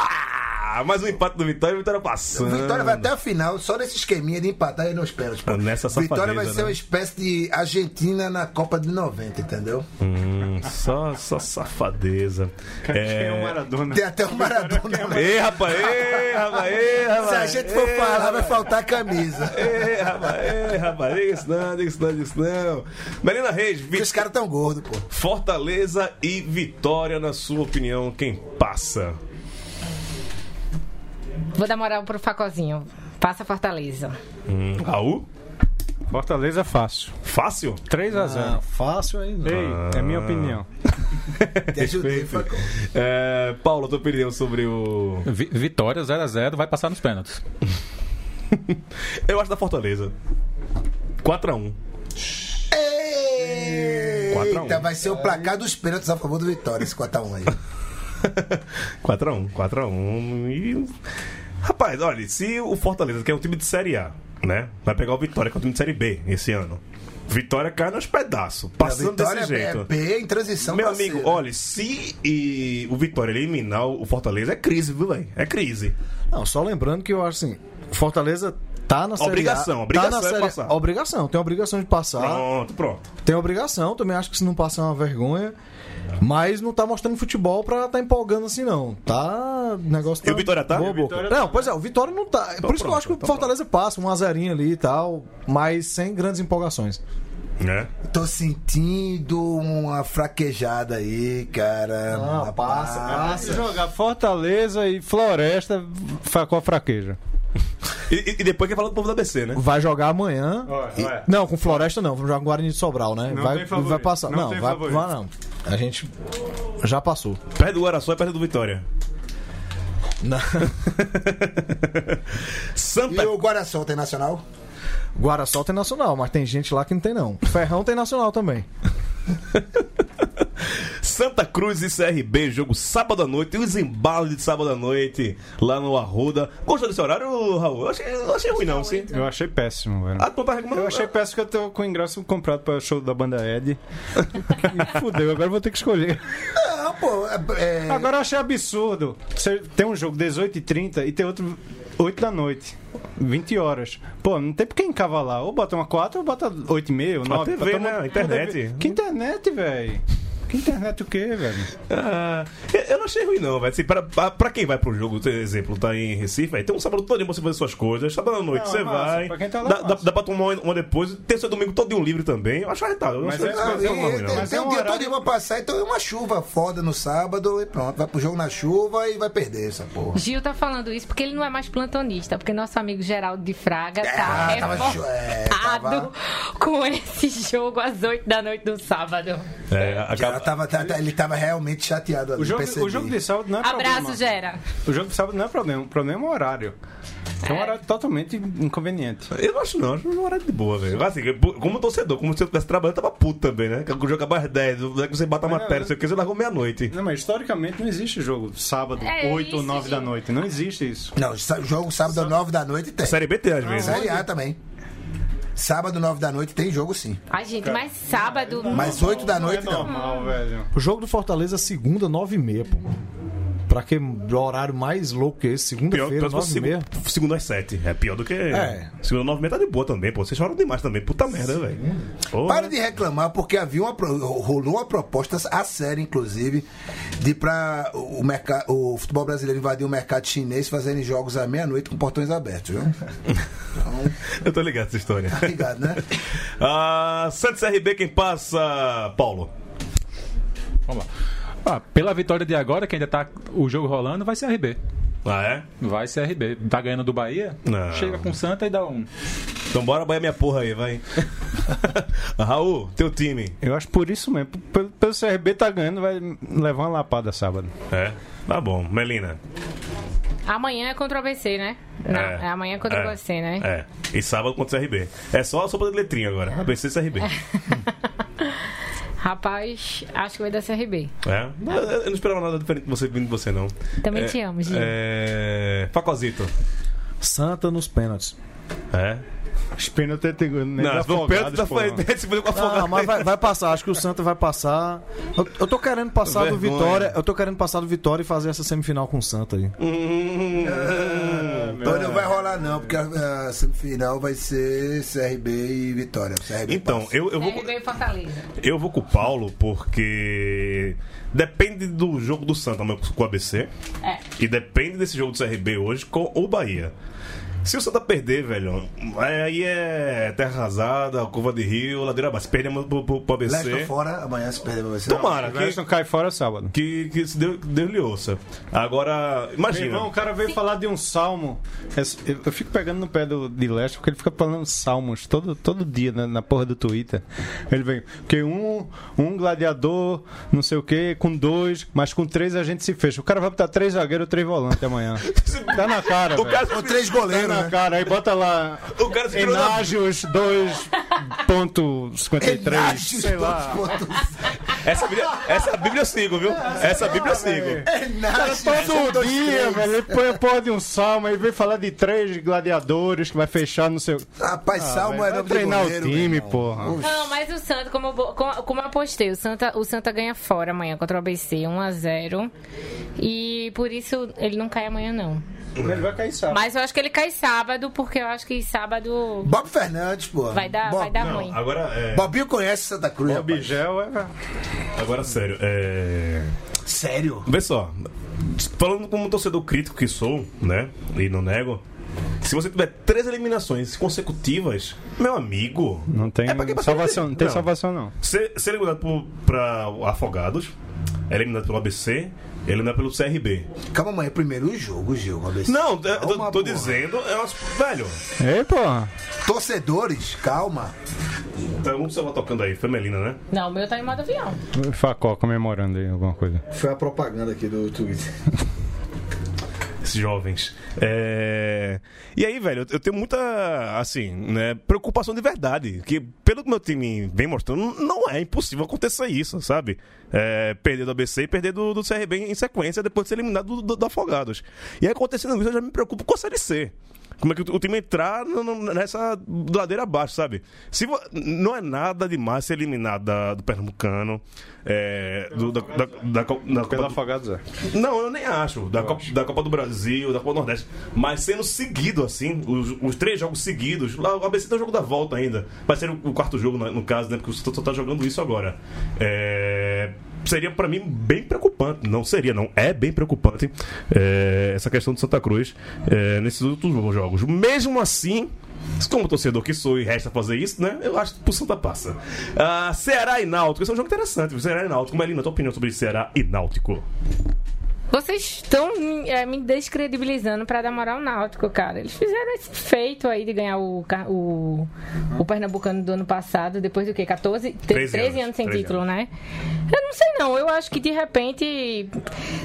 S3: Mais um empate do Vitória e o Vitória passando.
S4: Vitória vai até a final, só nesse esqueminha de empatar e nos pênaltis. pô.
S3: Nessa
S4: Vitória vai
S3: safadeza,
S4: ser
S3: né?
S4: uma espécie de Argentina na Copa de 90, entendeu?
S3: Hum, só, só safadeza. É...
S9: Maradona.
S4: Tem até o Maradona. lá.
S3: Ei, rapaz, ei, rapaz, ei, rapaz.
S4: Se a gente for falar, vai faltar camisa.
S3: Ei, rapaz, ei, rapaz, diga isso não, diga isso não, diga isso não. Marina Reis,
S4: Porque
S3: Vi-
S4: os caras tão gordos, pô.
S3: Fortaleza e Vitória, na sua opinião, quem passa?
S6: Vou dar moral pro Facozinho. Passa Fortaleza.
S3: Hum, Raul?
S7: Fortaleza fácil.
S3: Fácil?
S7: 3x0.
S5: fácil aí, né? não.
S7: Ei, é
S9: Ah.
S7: minha opinião.
S4: Te ajudei,
S3: Perfeito.
S4: Facão.
S3: É, Paulo, tua opinião sobre o.
S8: Vi- Vitória 0x0, vai passar nos pênaltis.
S3: Eu acho da Fortaleza. 4x1. Quatro a um.
S4: Eita, vai ser o placar dos pênaltis a favor do Vitória, esse 4x1 aí.
S3: 4x1, 4x1. E. Rapaz, olha, se o Fortaleza, que é um time de Série A, né? Vai pegar o Vitória, que é um time de Série B esse ano. Vitória cai nos pedaços, passando
S4: Vitória
S3: desse
S4: é-
S3: jeito.
S4: É B em transição.
S3: Meu
S4: parceiro.
S3: amigo, olha, se e o Vitória eliminar o Fortaleza, é crise, viu, velho? É crise.
S5: Não, só lembrando que eu acho assim, Fortaleza tá na série
S3: Obrigação,
S5: A,
S3: obrigação
S5: tá na
S3: é
S5: série,
S3: passar.
S5: Obrigação, tem obrigação de passar.
S3: Pronto, pronto.
S5: Tem obrigação, também acho que se não passar é uma vergonha. Mas não tá mostrando futebol pra tá empolgando assim, não. Tá. O negócio tá.
S3: E o Vitória tá?
S5: boa
S3: E o
S5: boca. Não, pois é, o Vitória não tá.
S3: Então
S5: Por isso que eu acho que o Fortaleza passa, um azerinho ali e tal, mas sem grandes empolgações.
S3: Né?
S4: Tô sentindo uma fraquejada aí, cara.
S5: Ah, passa,
S7: Se
S5: passa.
S7: jogar Fortaleza e Floresta, fa- qual fraqueja?
S3: E, e- e depois quer falar do povo da ABC, né?
S5: Vai jogar amanhã. Não, com Floresta não, vamos jogar com Guarani de Sobral, né?
S9: Não
S5: vai,
S9: tem favorito,
S5: vai passar.
S9: não
S5: Não,
S9: tem
S5: vai,
S9: favorito.
S5: vai não. A gente já passou.
S3: Perto do Guaraçó é perto do Vitória.
S5: Não.
S4: E
S3: Santa
S4: o Guaraçol tem nacional?
S5: Guaraçol tem nacional, mas tem gente lá que não tem, não. Ferrão tem nacional também.
S3: Santa Cruz e CRB, jogo sábado à noite, e os embalos de sábado à noite lá no Arruda. Gostou desse horário, Raul? Eu achei, eu achei ruim, não, sim.
S7: Eu achei péssimo, velho.
S3: Ah, tu tá recomendando.
S7: Eu achei péssimo que eu tô com o ingresso comprado pra show da banda Ed. Que Fudeu, agora eu vou ter que escolher.
S4: Não, pô. É, é,
S7: Agora eu achei absurdo. Você tem um jogo 18h30 e tem outro 8 da noite. 20 horas. Pô, não tem por que encavalar. Ou bota uma 4 ou bota 8 e meia, ou 9.
S3: TV, né? Internet.
S7: Que Tá internet, velho? Que internet o quê, velho?
S3: Ah, eu- eu não achei ruim, não, velho. Assim, pra, pra, pra quem vai pro jogo, por exemplo, tá em Recife, aí tem um sábado todo dia pra você fazer suas coisas, sábado à noite
S7: Não,
S3: você
S7: é massa.
S3: vai.
S7: Pra quem tá lá,
S3: dá,
S7: é
S3: dá,
S7: massa.
S3: dá pra tomar uma depois, tem seu domingo todo um livre também. Eu acho arretado.
S7: Mas é-
S4: não,
S7: mas
S4: e-
S7: é um
S4: ah, tem-
S7: horário, mas
S4: tem
S7: é um
S4: um dia
S7: horário-
S4: todo dia pra passar, então é uma chuva foda no sábado e pronto. Vai pro jogo na chuva e vai perder essa porra.
S6: Gil tá falando isso porque ele não é mais plantonista, porque nosso amigo Geraldo de Fraga tá
S4: Ah, tava chu-
S6: revoltado
S4: é, tava-
S6: com esse jogo às 8 da noite do sábado.
S3: É,
S4: Ela
S3: acaba-
S4: tava- tá- ele tava realmente chateado ali.
S7: O jogo,
S4: percebi.
S7: o jogo de sábado
S4: Tá
S7: não é
S6: Abraço,
S7: problema.
S6: Gera.
S7: O jogo de sábado não é problema. O problema é o horário. É um horário totalmente inconveniente.
S3: Eu não acho não, acho um horário de boa, velho. Assim, como torcedor, como se eu estivesse trabalhando, eu tava puto também, né? Que o jogo acaba às 10, daí que você bata a
S7: Mas,
S3: matéria,
S7: né?
S3: não sei o que, você largou meia-noite.
S7: Não, mas historicamente não existe jogo sábado,
S6: É
S7: 8 ou
S6: isso,
S7: 9 da
S6: gente.
S7: noite. Não existe isso.
S4: Não, sa- jogo sábado às 9 da noite tem.
S3: Série B tem, às vezes. né?
S4: Série A também. Sábado, 9 da noite, tem jogo sim.
S6: Ai, gente, mas sábado.
S4: Mas 8 da
S7: é
S4: noite não.
S9: é velho.
S5: O jogo do Fortaleza é segunda, 9h30, pô. Pra que horário mais louco que esse?
S3: Pior,
S5: Segunda-feira,
S3: pior que
S5: 9h30.
S3: segunda, segunda às sete. É pior do que.
S5: É.
S3: Segunda nove e meia tá de boa também, pô. Vocês choram demais também. Puta merda, velho. Porra.
S4: Para de reclamar, porque havia uma, pro- rolou uma proposta a sério, inclusive, de para o, merca- o futebol brasileiro invadir o mercado chinês fazendo jogos à meia-noite com portões abertos, viu?
S3: Eu tô ligado essa história.
S4: Obrigado, né?
S3: ah, Santos RB, quem passa, Paulo?
S8: Vamos lá. Ah, pela vitória de agora, que ainda tá o jogo rolando, vai ser RB.
S3: Ah, é?
S8: Vai ser RB. Tá ganhando do Bahia?
S3: Não.
S8: Chega com o Santa e dá um.
S3: Então bora banhar minha porra aí, vai. Raul, teu time.
S9: Eu acho por isso mesmo. Pelo, pelo CRB tá ganhando, vai levar uma lapada sábado.
S3: É. Tá bom. Melina.
S6: Amanhã é contra o ABC, né? Não, é, amanhã é contra o ABC, né?
S3: É. E sábado contra o CRB. É só a sopa de letrinha agora. ABC e CRB.
S6: É. Rapaz, acho que vai dar CRB.
S3: É. Não, Eu, eu não esperava nada diferente de você vindo de você, não.
S6: Também
S3: É,
S6: te amo, Gil.
S3: É. Facozito.
S5: Santa nos pênaltis. é
S3: É.
S9: Os pênaltis até tem nem
S3: Não,
S9: dá
S3: se for perto da né?
S9: afogados, pô.
S3: se for com
S5: Ah,
S3: afogado.
S5: mas vai, vai passar. Acho que o Santa vai passar. Eu, eu tô querendo passar do
S3: Vergonha.
S5: Vitória. Eu tô querendo passar do Vitória e fazer essa semifinal com o Santa aí.
S3: Hum,
S4: Então não vai rolar, não, porque a, a semifinal vai ser CRB e Vitória. CRB
S3: Então,
S4: passa.
S3: eu, eu vou.
S6: CRB e Fortaleza.
S3: Eu vou com o Paulo porque depende do jogo do Santa meu, com o ABC
S6: É.
S3: e depende desse jogo do CRB hoje com o Bahia. Se o Santa perder, velho, aí é terra arrasada, curva de rio, ladeira abaixo. Se Perdemos pro, pro, pro
S4: Leste é
S3: ABC.
S4: fora, amanhã se perder pra você.
S3: Tomara,
S9: O Gerson
S3: que,
S9: cai fora sábado.
S3: que, que se Deus, Deus lhe ouça. Agora,
S9: Meu
S3: imagina.
S9: irmão, o cara veio falar de um salmo. Esse- Eu eu fico pegando no pé do, de Leste porque ele fica falando salmos todo, todo dia né, na, na porra do Twitter. Ele vem, porque um, um gladiador, não sei o que, com dois, mas com três a gente se fecha. O cara vai botar três zagueiros, três volantes amanhã. Tá na cara,
S3: o,
S9: velho.
S3: cara,
S4: Com três
S9: Tá
S4: goleiros,
S9: na
S4: né?
S9: cara, aí bota lá.
S3: o cara se virou na-
S9: Enágios 2.53.
S4: Enágios,
S9: Sei lá.
S4: todos quantos-
S3: Essa, Bíblia, essa Bíblia eu sigo, viu?
S5: É.
S3: Essa é Bíblia eu sigo.
S4: Enágios,
S9: Todo
S4: dois,
S9: dia,
S4: três.
S9: velho. Ele põe a porra de um salmo, aí vem falar de três gladiadores que vai fechar no seu.
S4: Rapaz,
S3: Ah,
S4: Salmo
S9: vai
S4: era nome de
S9: treinar o
S4: goleiro,
S9: time,
S4: meu irmão.
S9: porra.
S4: Oxe.
S6: Não, mas o Santa, como eu, bo- como- como eu apostei, o Santa, o Santa ganha fora amanhã contra o ABC, 1x0. E por isso ele não cai amanhã, não.
S9: Ele vai cair sábado.
S6: Mas eu acho que ele cai sábado, porque eu acho que sábado
S4: Bob Fernandes, pô.
S6: vai dar,
S4: Bob-
S6: vai dar ruim.
S3: Não, agora é.
S4: Bobinho conhece Santa Cruz,
S9: O
S4: rapaz.
S9: Bigel é.
S3: Agora sério, é.
S4: Sério?
S3: Vê só, falando como um torcedor crítico que sou, né? E não nego. Se você tiver três eliminações consecutivas, meu amigo.
S9: Não tem
S3: É pra quem passou
S9: salvação,
S3: dele.
S9: não tem
S3: Não.
S9: salvação não.
S3: Ser, ser eliminado por, pra Afogados, é eliminado pelo ABC, é eliminado pelo CRB.
S4: Calma, mãe, é primeiro jogo, Gil. Calma, esse-
S3: Não, eu tô,
S4: Calma,
S3: tô
S4: porra.
S3: dizendo, é umas, velho.
S9: Ei, porra.
S4: Torcedores, calma.
S3: Tá um celular tocando aí, femelina, né?
S6: Não, o meu tá em modo avião.
S9: Facó comemorando aí alguma coisa.
S10: Foi a propaganda aqui do Twitter.
S3: esses jovens. É... E aí, velho, eu tenho muita, assim, né, preocupação de verdade. Que, pelo que meu time vem mostrando, não é impossível acontecer isso, sabe? É, perder do ABC e perder do, do CRB em sequência depois de ser eliminado do, do, do Afogados. E aí, acontecendo isso, eu já me preocupo com a Série C. Como é que o o time entrar no- no- nessa ladeira abaixo, sabe? Se vo- Não é nada demais ser eliminado da- do Pernambucano, é, do- da, da, da, Co- da Copa
S9: Pelo
S3: do-
S9: afogado, Zé.
S3: não, eu nem acho. Da, Copa, da Copa do Brasil, da Copa do Nordeste. Mas sendo seguido, assim, os, os três jogos seguidos. Lá, o ABC tem o jogo da volta ainda. Vai ser o, o quarto jogo, no, no caso, né? Porque o Santos só tá jogando isso agora. É, Seria pra mim bem preocupante. Não seria, não. É bem preocupante é, essa questão do Santa Cruz é, nesses últimos jogos. Mesmo assim, como torcedor que sou e resta fazer isso, né? Eu acho que pro Santa passa. Ah, Ceará e Náutico. Esse é um jogo interessante. Ceará e Náutico. Melina, tua opinião sobre Ceará e Náutico?
S6: Vocês estão me, eh, me descredibilizando pra dar moral ao náutico, cara. Eles fizeram esse feito aí de ganhar o, ca- o, o Pernambucano do ano passado, depois do quê? 14? 13,
S3: 13
S6: 13
S3: anos
S6: anos sem
S3: 13
S6: título,
S3: anos.
S6: né? Eu não sei não. Eu acho que de repente.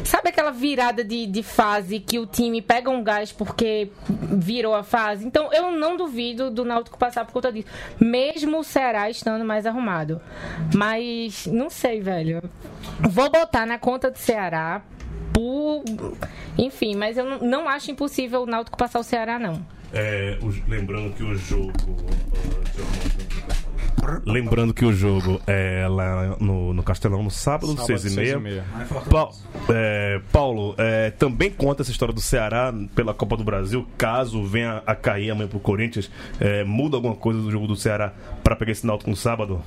S6: Sabe aquela virada de, de fase que o time pega um gás porque virou a fase? Então eu não duvido do Náutico passar por conta disso. Mesmo o Ceará estando mais arrumado. Mas não sei, velho. Vou botar na conta do Ceará. Por... Enfim, mas eu não, não acho impossível o Náutico passar o Ceará, não.
S3: É, os- lembrando que o jogo. ah, Lembrando que o jogo é lá no, no Castelão, no sábado,
S9: Sábado,
S3: seis e
S9: seis e
S3: meia.
S9: meia.
S3: Pa- é, Paulo, é, também conta essa história do Ceará pela Copa do Brasil. Caso venha a cair amanhã pro Corinthians, é, muda alguma coisa do jogo do Ceará pra pegar esse Náutico no sábado?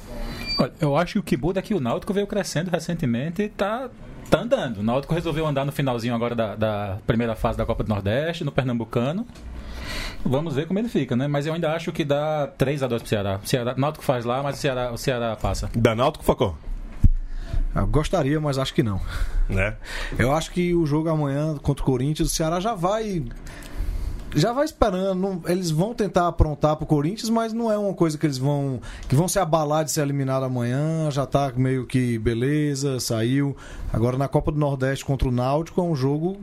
S8: Olha, eu acho que o que muda é que o Náutico veio crescendo recentemente e tá, tá andando. O Náutico resolveu andar no finalzinho agora da, da primeira fase da Copa do Nordeste, no Pernambucano. Vamos ver como ele fica, né? Mas eu ainda acho que dá 3 a 2 pro Ceará. O Ceará, o Náutico faz lá, mas o Ceará, o Ceará passa.
S3: Da Náutico, Facó?
S7: Eu gostaria, mas acho que não.
S3: Né?
S7: Eu acho que o jogo amanhã contra o Corinthians, o Ceará já vai. Já vai esperando. não- Eles vão tentar aprontar pro Corinthians, mas não é uma coisa que eles vão. que vão se abalar de ser eliminado amanhã. Já tá meio que beleza, saiu. Agora na Copa do Nordeste contra o Náutico é um jogo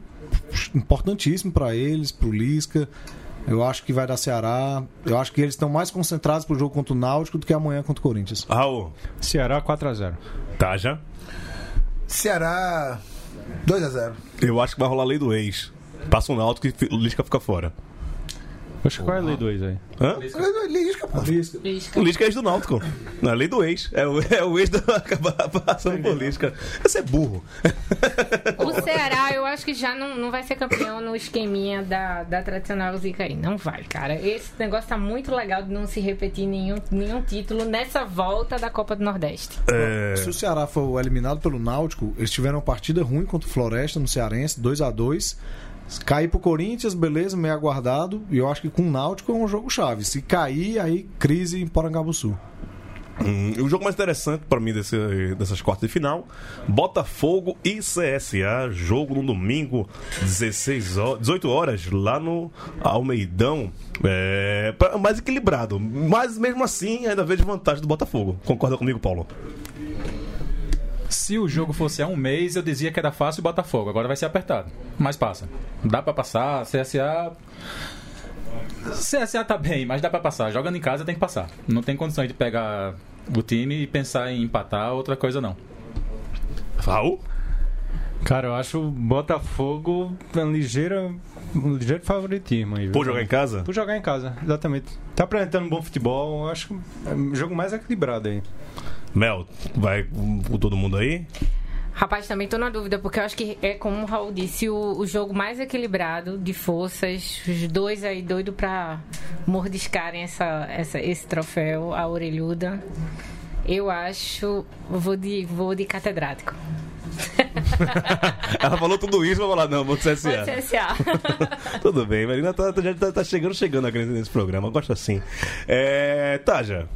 S7: importantíssimo pra eles, pro Lisca. Eu acho que vai dar Ceará. Eu acho que eles estão mais concentrados pro jogo contra o Náutico do que amanhã contra o Corinthians.
S3: Raul,
S9: Ceará 4x0.
S3: tá já?
S4: Ceará 2x0.
S3: Eu acho que vai rolar a lei do ex. Passa o Náutico e fi- o Lisca fica fora.
S9: Poxa, qual é a lei 2 aí?
S3: Hã?
S4: Lisca, pô.
S3: O Lisca é ex do Náutico. Não, é lei do ex. É o, é o ex do acabar passando por Lisca. Você é burro.
S6: O Ceará, eu acho que já não, não vai ser campeão no esqueminha da, da tradicional Zica aí. Não vai, cara. Esse negócio tá muito legal de não se repetir nenhum, nenhum título nessa volta da Copa do Nordeste.
S3: É,
S7: Se o Ceará for eliminado pelo Náutico, eles tiveram uma partida ruim contra o Floresta no Cearense, 2 a 2 Cair pro Corinthians, beleza, meio aguardado. E eu acho que com o Náutico é um jogo chave. Se cair, aí crise em Porangabuçu.
S3: hum, o jogo mais interessante pra mim desse- dessas quartas de final: Botafogo e CSA. Jogo no domingo, 16 horas, 18 horas, lá no Almeidão. É, pra- mais equilibrado. Mas mesmo assim, ainda vejo vantagem do Botafogo. Concorda comigo, Paulo?
S8: Se o jogo fosse há um mês, eu dizia que era fácil o Botafogo. Agora vai ser apertado. Mas passa. Dá pra passar. CSA. CSA tá bem, mas dá pra passar. Jogando em casa tem que passar. Não tem condições de pegar o time e pensar em empatar outra coisa, não.
S3: Raul?
S9: Cara, eu acho o Botafogo um ligeiro, um ligeiro favoritismo aí. viu?
S3: Pô, jogar em casa?
S9: Por jogar em casa, exatamente. Tá apresentando um bom futebol, eu acho que é um jogo mais equilibrado aí.
S3: Mel, vai com todo mundo aí?
S6: Rapaz, também tô na dúvida, porque eu acho que é como o Raul disse, o, o jogo mais equilibrado de forças, os dois aí doido pra mordiscarem essa, essa- esse troféu, a orelhuda. Eu acho, vou de, vou de catedrático.
S3: Ela falou tudo isso, vamos lá, não, vou do CSA.
S6: Vou de CSA.
S3: Tudo bem, Marina tá, tá- já tá, tá chegando, chegando aqui nesse programa. Eu Gosto assim. É, Taja,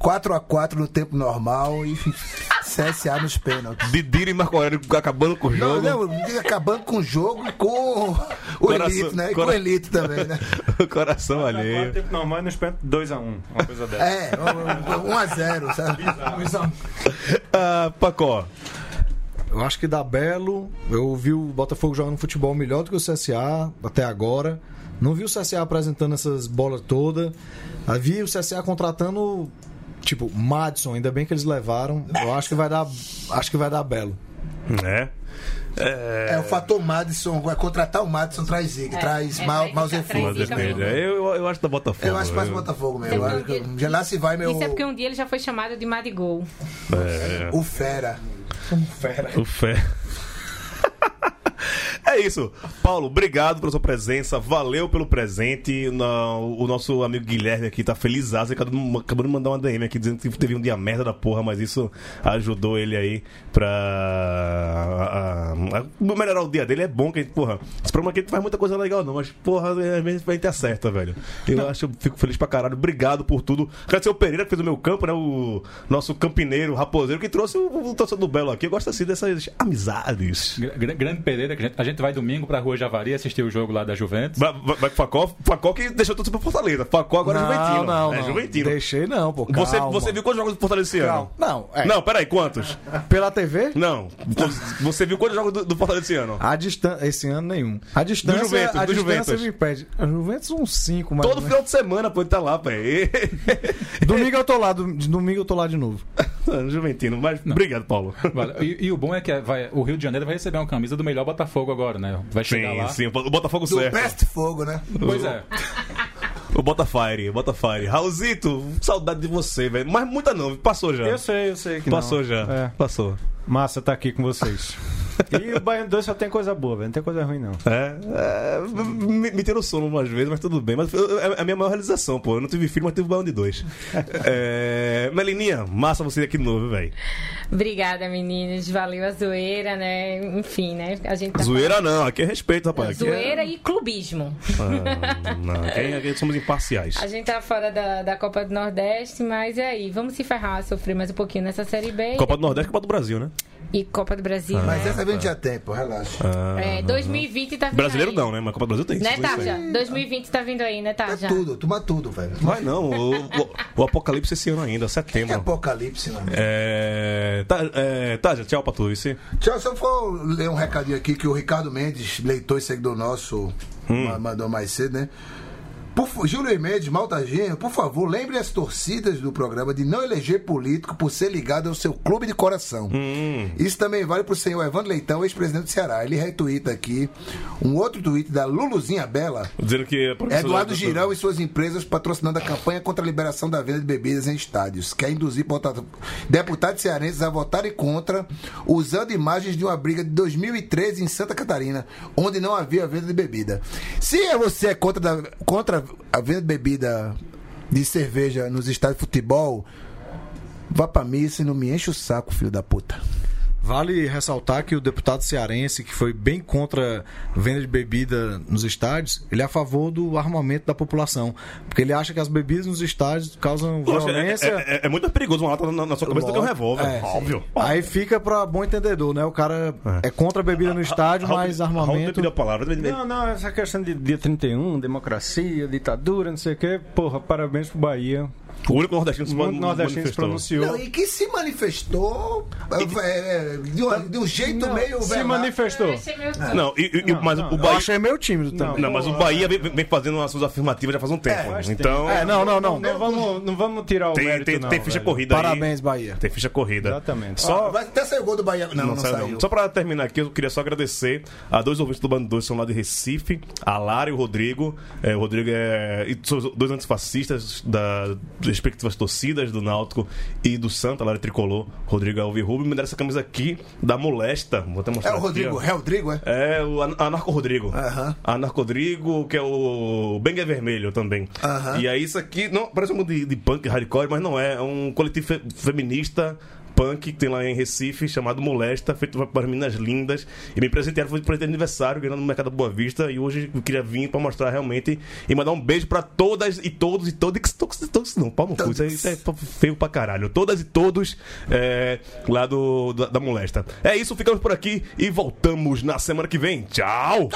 S4: 4x4 no tempo normal e CSA nos pênaltis.
S3: Didira e Marco Aurélio acabando com o
S4: Não,
S3: jogo.
S4: não, acabando com o jogo e com o
S3: Coração-
S4: Elite, né? E com
S3: cora-
S4: o Elite também, né?
S3: o coração alheio.
S9: tempo normal e nos pênaltis 2x1, uma coisa dessa.
S4: É, 1x0, sabe?
S3: Ah, Pacó,
S7: Eu acho que dá belo. Eu vi o Botafogo jogando futebol melhor do que o CSA até agora. Não vi o CSA apresentando essas bolas todas. Havia o CSA contratando tipo Madison, ainda bem que eles levaram. Eu acho que vai dar, acho que vai dar belo.
S3: né?
S4: É, o fator Madison, vai contratar o Madison traz zigue, traz
S6: é,
S4: mal,
S6: vai
S4: maus
S6: ficar
S4: efeitos.
S3: Mas
S6: Zica
S3: depende.
S6: mesmo.
S3: É, Eu, eu acho da Botafogo.
S4: Eu acho que faz o Botafogo mesmo. Eu acho que- Já lá se vai meu.
S6: É Isso é porque um dia ele já foi chamado de Marigol.
S3: É.
S4: O Fera.
S3: O fé. É isso. Paulo, obrigado pela sua presença. Valeu pelo presente. Na- O nosso amigo Guilherme aqui tá feliz. Acabou acabou de mandar uma DM aqui dizendo que teve um dia merda da porra, mas isso ajudou ele aí pra a- a- a melhorar o dia dele. É bom que a gente, porra, esse programa aqui não faz muita coisa legal, não, mas porra, às vezes a gente acerta, velho. Eu acho, fico feliz pra caralho. Obrigado por tudo. Agradecer o Pereira que fez o meu campo, né? O nosso campineiro, raposeiro, que trouxe o, o torcedor do Belo aqui. Eu gosto assim dessas amizades.
S8: Gra- gra- Grande Pereira, que a gente- a gente vai domingo pra Rua Javari assistir o jogo lá da Juventus.
S3: Vai, vai, vai pro Facó, Facó que deixou tudo pra Fortaleza. Facó agora é Juventino. é Juventino.
S7: Deixei não, pô.
S3: Você,
S7: calma.
S3: você viu quantos jogos do Fortaleza esse ano?
S7: Não, é.
S3: Não, peraí, quantos?
S7: Pela TV?
S3: Não. Você viu quantos jogos do, do Fortaleza esse ano?
S7: A distância. Esse ano nenhum. A distância.
S3: Do Juventus,
S7: a
S3: do
S7: distância
S3: Juventus.
S7: me impede. A Juventus um uns 5, mas.
S3: Todo final de semana, pô, ele tá lá, pô.
S7: Domingo eu tô lá, dom- domingo eu tô lá de novo.
S3: Juventino, mas obrigado, Paulo.
S8: Vale. E, e o bom é que vai- o Rio de Janeiro vai receber uma camisa do melhor Botafogo agora, né? Vai chegar
S3: Sim,
S8: lá.
S3: sim, o Botafogo
S4: Do
S3: certo.
S4: Best Fogo, né?
S8: Pois é.
S3: O Botafire, Botafire. Raulzito, saudade de você, velho. Mas muita não, passou já.
S9: Eu sei, eu sei que não.
S3: Passou já.
S9: É.
S3: Passou.
S9: Massa tá aqui com vocês. E o Baiano 2 só tem coisa boa, velho. Não tem coisa ruim, não.
S3: É, é, me, me tirou sono umas vezes, mas tudo bem. Mas eu- é a minha maior realização, pô. Eu não tive filho, mas tive balão de dois. É, Melininha, massa você aqui de novo, velho.
S6: Obrigada, meninos. Valeu a zoeira, né? Enfim, né? A gente tá
S3: Zoeira não, aqui é respeito, rapaz. Aqui é-
S6: Zoeira e clubismo.
S3: Ah, não, aqui, aqui somos imparciais.
S6: A gente tá fora da, da Copa do Nordeste, mas é aí. Vamos se ferrar, sofrer mais um pouquinho nessa Série B
S3: Copa Ah, do Nordeste e Copa do Brasil, né?
S6: e Copa do Brasil.
S4: Mas
S6: né?
S4: essa vem já tem, pô, relaxa.
S6: É, 2020 tá vindo
S3: Brasileiro
S6: aí.
S3: não, né? Mas Copa do Brasil tem.
S6: Né,
S3: isso aí. É
S6: Tarja? 2020 tá vindo aí, né, Tarja?
S4: Tudo, toma tudo, velho.
S3: Vai não, o, o- o apocalipse esse ano ainda,
S4: Que
S3: setembro.
S4: apocalipse, não.
S3: É. Tá, é, tá já, tchau pra tu, isso.
S4: Tchau, só vou ler um recadinho aqui que o Ricardo Mendes, leitor e seguidor nosso, ma- mandou mais cedo, né? Por, fa- Júlio Mendes, Maltagino, por favor, lembre as torcidas do programa de não eleger político por ser ligado ao seu clube de coração. Isso também vale para o senhor Evandro Leitão, ex-presidente do Ceará. Ele retuita aqui um outro tweet da Luluzinha Bela.
S3: Dizendo que. a professora-
S4: É Eduardo Girão e suas empresas patrocinando a campanha contra a liberação da venda de bebidas em estádios. Quer induzir bota- deputados cearenses a votarem contra, usando imagens de uma briga de 2013 em Santa Catarina, onde não havia venda de bebida. Se você é contra, da- contra a venda de bebida de cerveja nos estádios de futebol, vá pra missa e não me enche o saco, filho da puta.
S5: Vale ressaltar que o deputado cearense, que foi bem contra a venda de bebida nos estádios, ele é a favor do armamento da população. Porque ele acha que as bebidas nos estádios causam
S3: Poxa, é-
S5: violência.
S3: é, é- é muito mais perigoso uma lata na, na sua cabeça do que um
S5: Lógico.
S3: revólver.
S5: É,
S3: óbvio.
S5: Aí fica pra bom entendedor, né? O cara é, contra a bebida no estádio,
S3: Raul-
S5: mas
S3: Raul
S5: armamento.
S3: pediu a palavra.
S9: Não, não, essa questão de dia 31, democracia, ditadura, não sei o quê. Porra, parabéns pro Bahia.
S3: O único nordestino se
S9: O mundo nordestino se
S3: manifestou.
S9: pronunciou.
S4: Não, e que se manifestou é, é, de, um- de um jeito
S9: Não,
S4: meio
S9: se
S4: velado.
S9: manifestou.
S6: Esse é meu-
S3: Não, e, e- e- mas o
S5: Eu
S3: Bahia.
S5: achei meio tímido também.
S3: Não, mas o Bahia vem, vem fazendo umas suas afirmativas já faz um tempo.
S9: faz
S3: então.
S5: É, não, não, não.
S9: Não, não vamos, não vamos tirar o
S3: Tem,
S9: mérito,
S3: tem,
S9: não,
S3: tem ficha
S9: velho.
S3: corrida aí.
S5: Parabéns, Bahia.
S3: Tem ficha corrida.
S9: Exatamente.
S3: Só,
S4: Vai até sair o gol do Bahia. Não, não,
S3: saiu, não.
S4: saiu.
S3: Só pra terminar aqui, eu queria só agradecer a dois ouvintes do Bando 2, são lá de Recife, a Lara e o Rodrigo. É, o Rodrigo é. E são os dois antifascistas da- das respectivas torcidas do Náutico e do Santa, a Lara é tricolor, Rodrigo Alvi Rubio, me deram essa camisa aqui da Molesta. Vou até
S4: É
S3: mostrar.
S4: o
S3: aqui,
S4: Rodrigo,
S3: ó.
S4: é o Rodrigo, é?
S3: É, o An- Anarco Rodrigo. Anarco Rodrigo, que é o Bengue Vermelho também.
S4: Aham.
S3: E aí isso aqui, não, parece um mundo de, de punk, hardcore, mas não é. É um coletivo fe- feminista punk que tem lá em Recife, chamado Molesta, feito para as meninas lindas. E me presentearam, foi presente de aniversário, ganhando no Mercado Boa Vista. E hoje eu queria vir para mostrar realmente e mandar um beijo para todas e todos e todos, todos, todos não, pau no cu, isso aí isso é feio pra caralho. Todas e todos é, lá do, da, da Molesta. É isso, ficamos por aqui e voltamos na semana que vem. Tchau!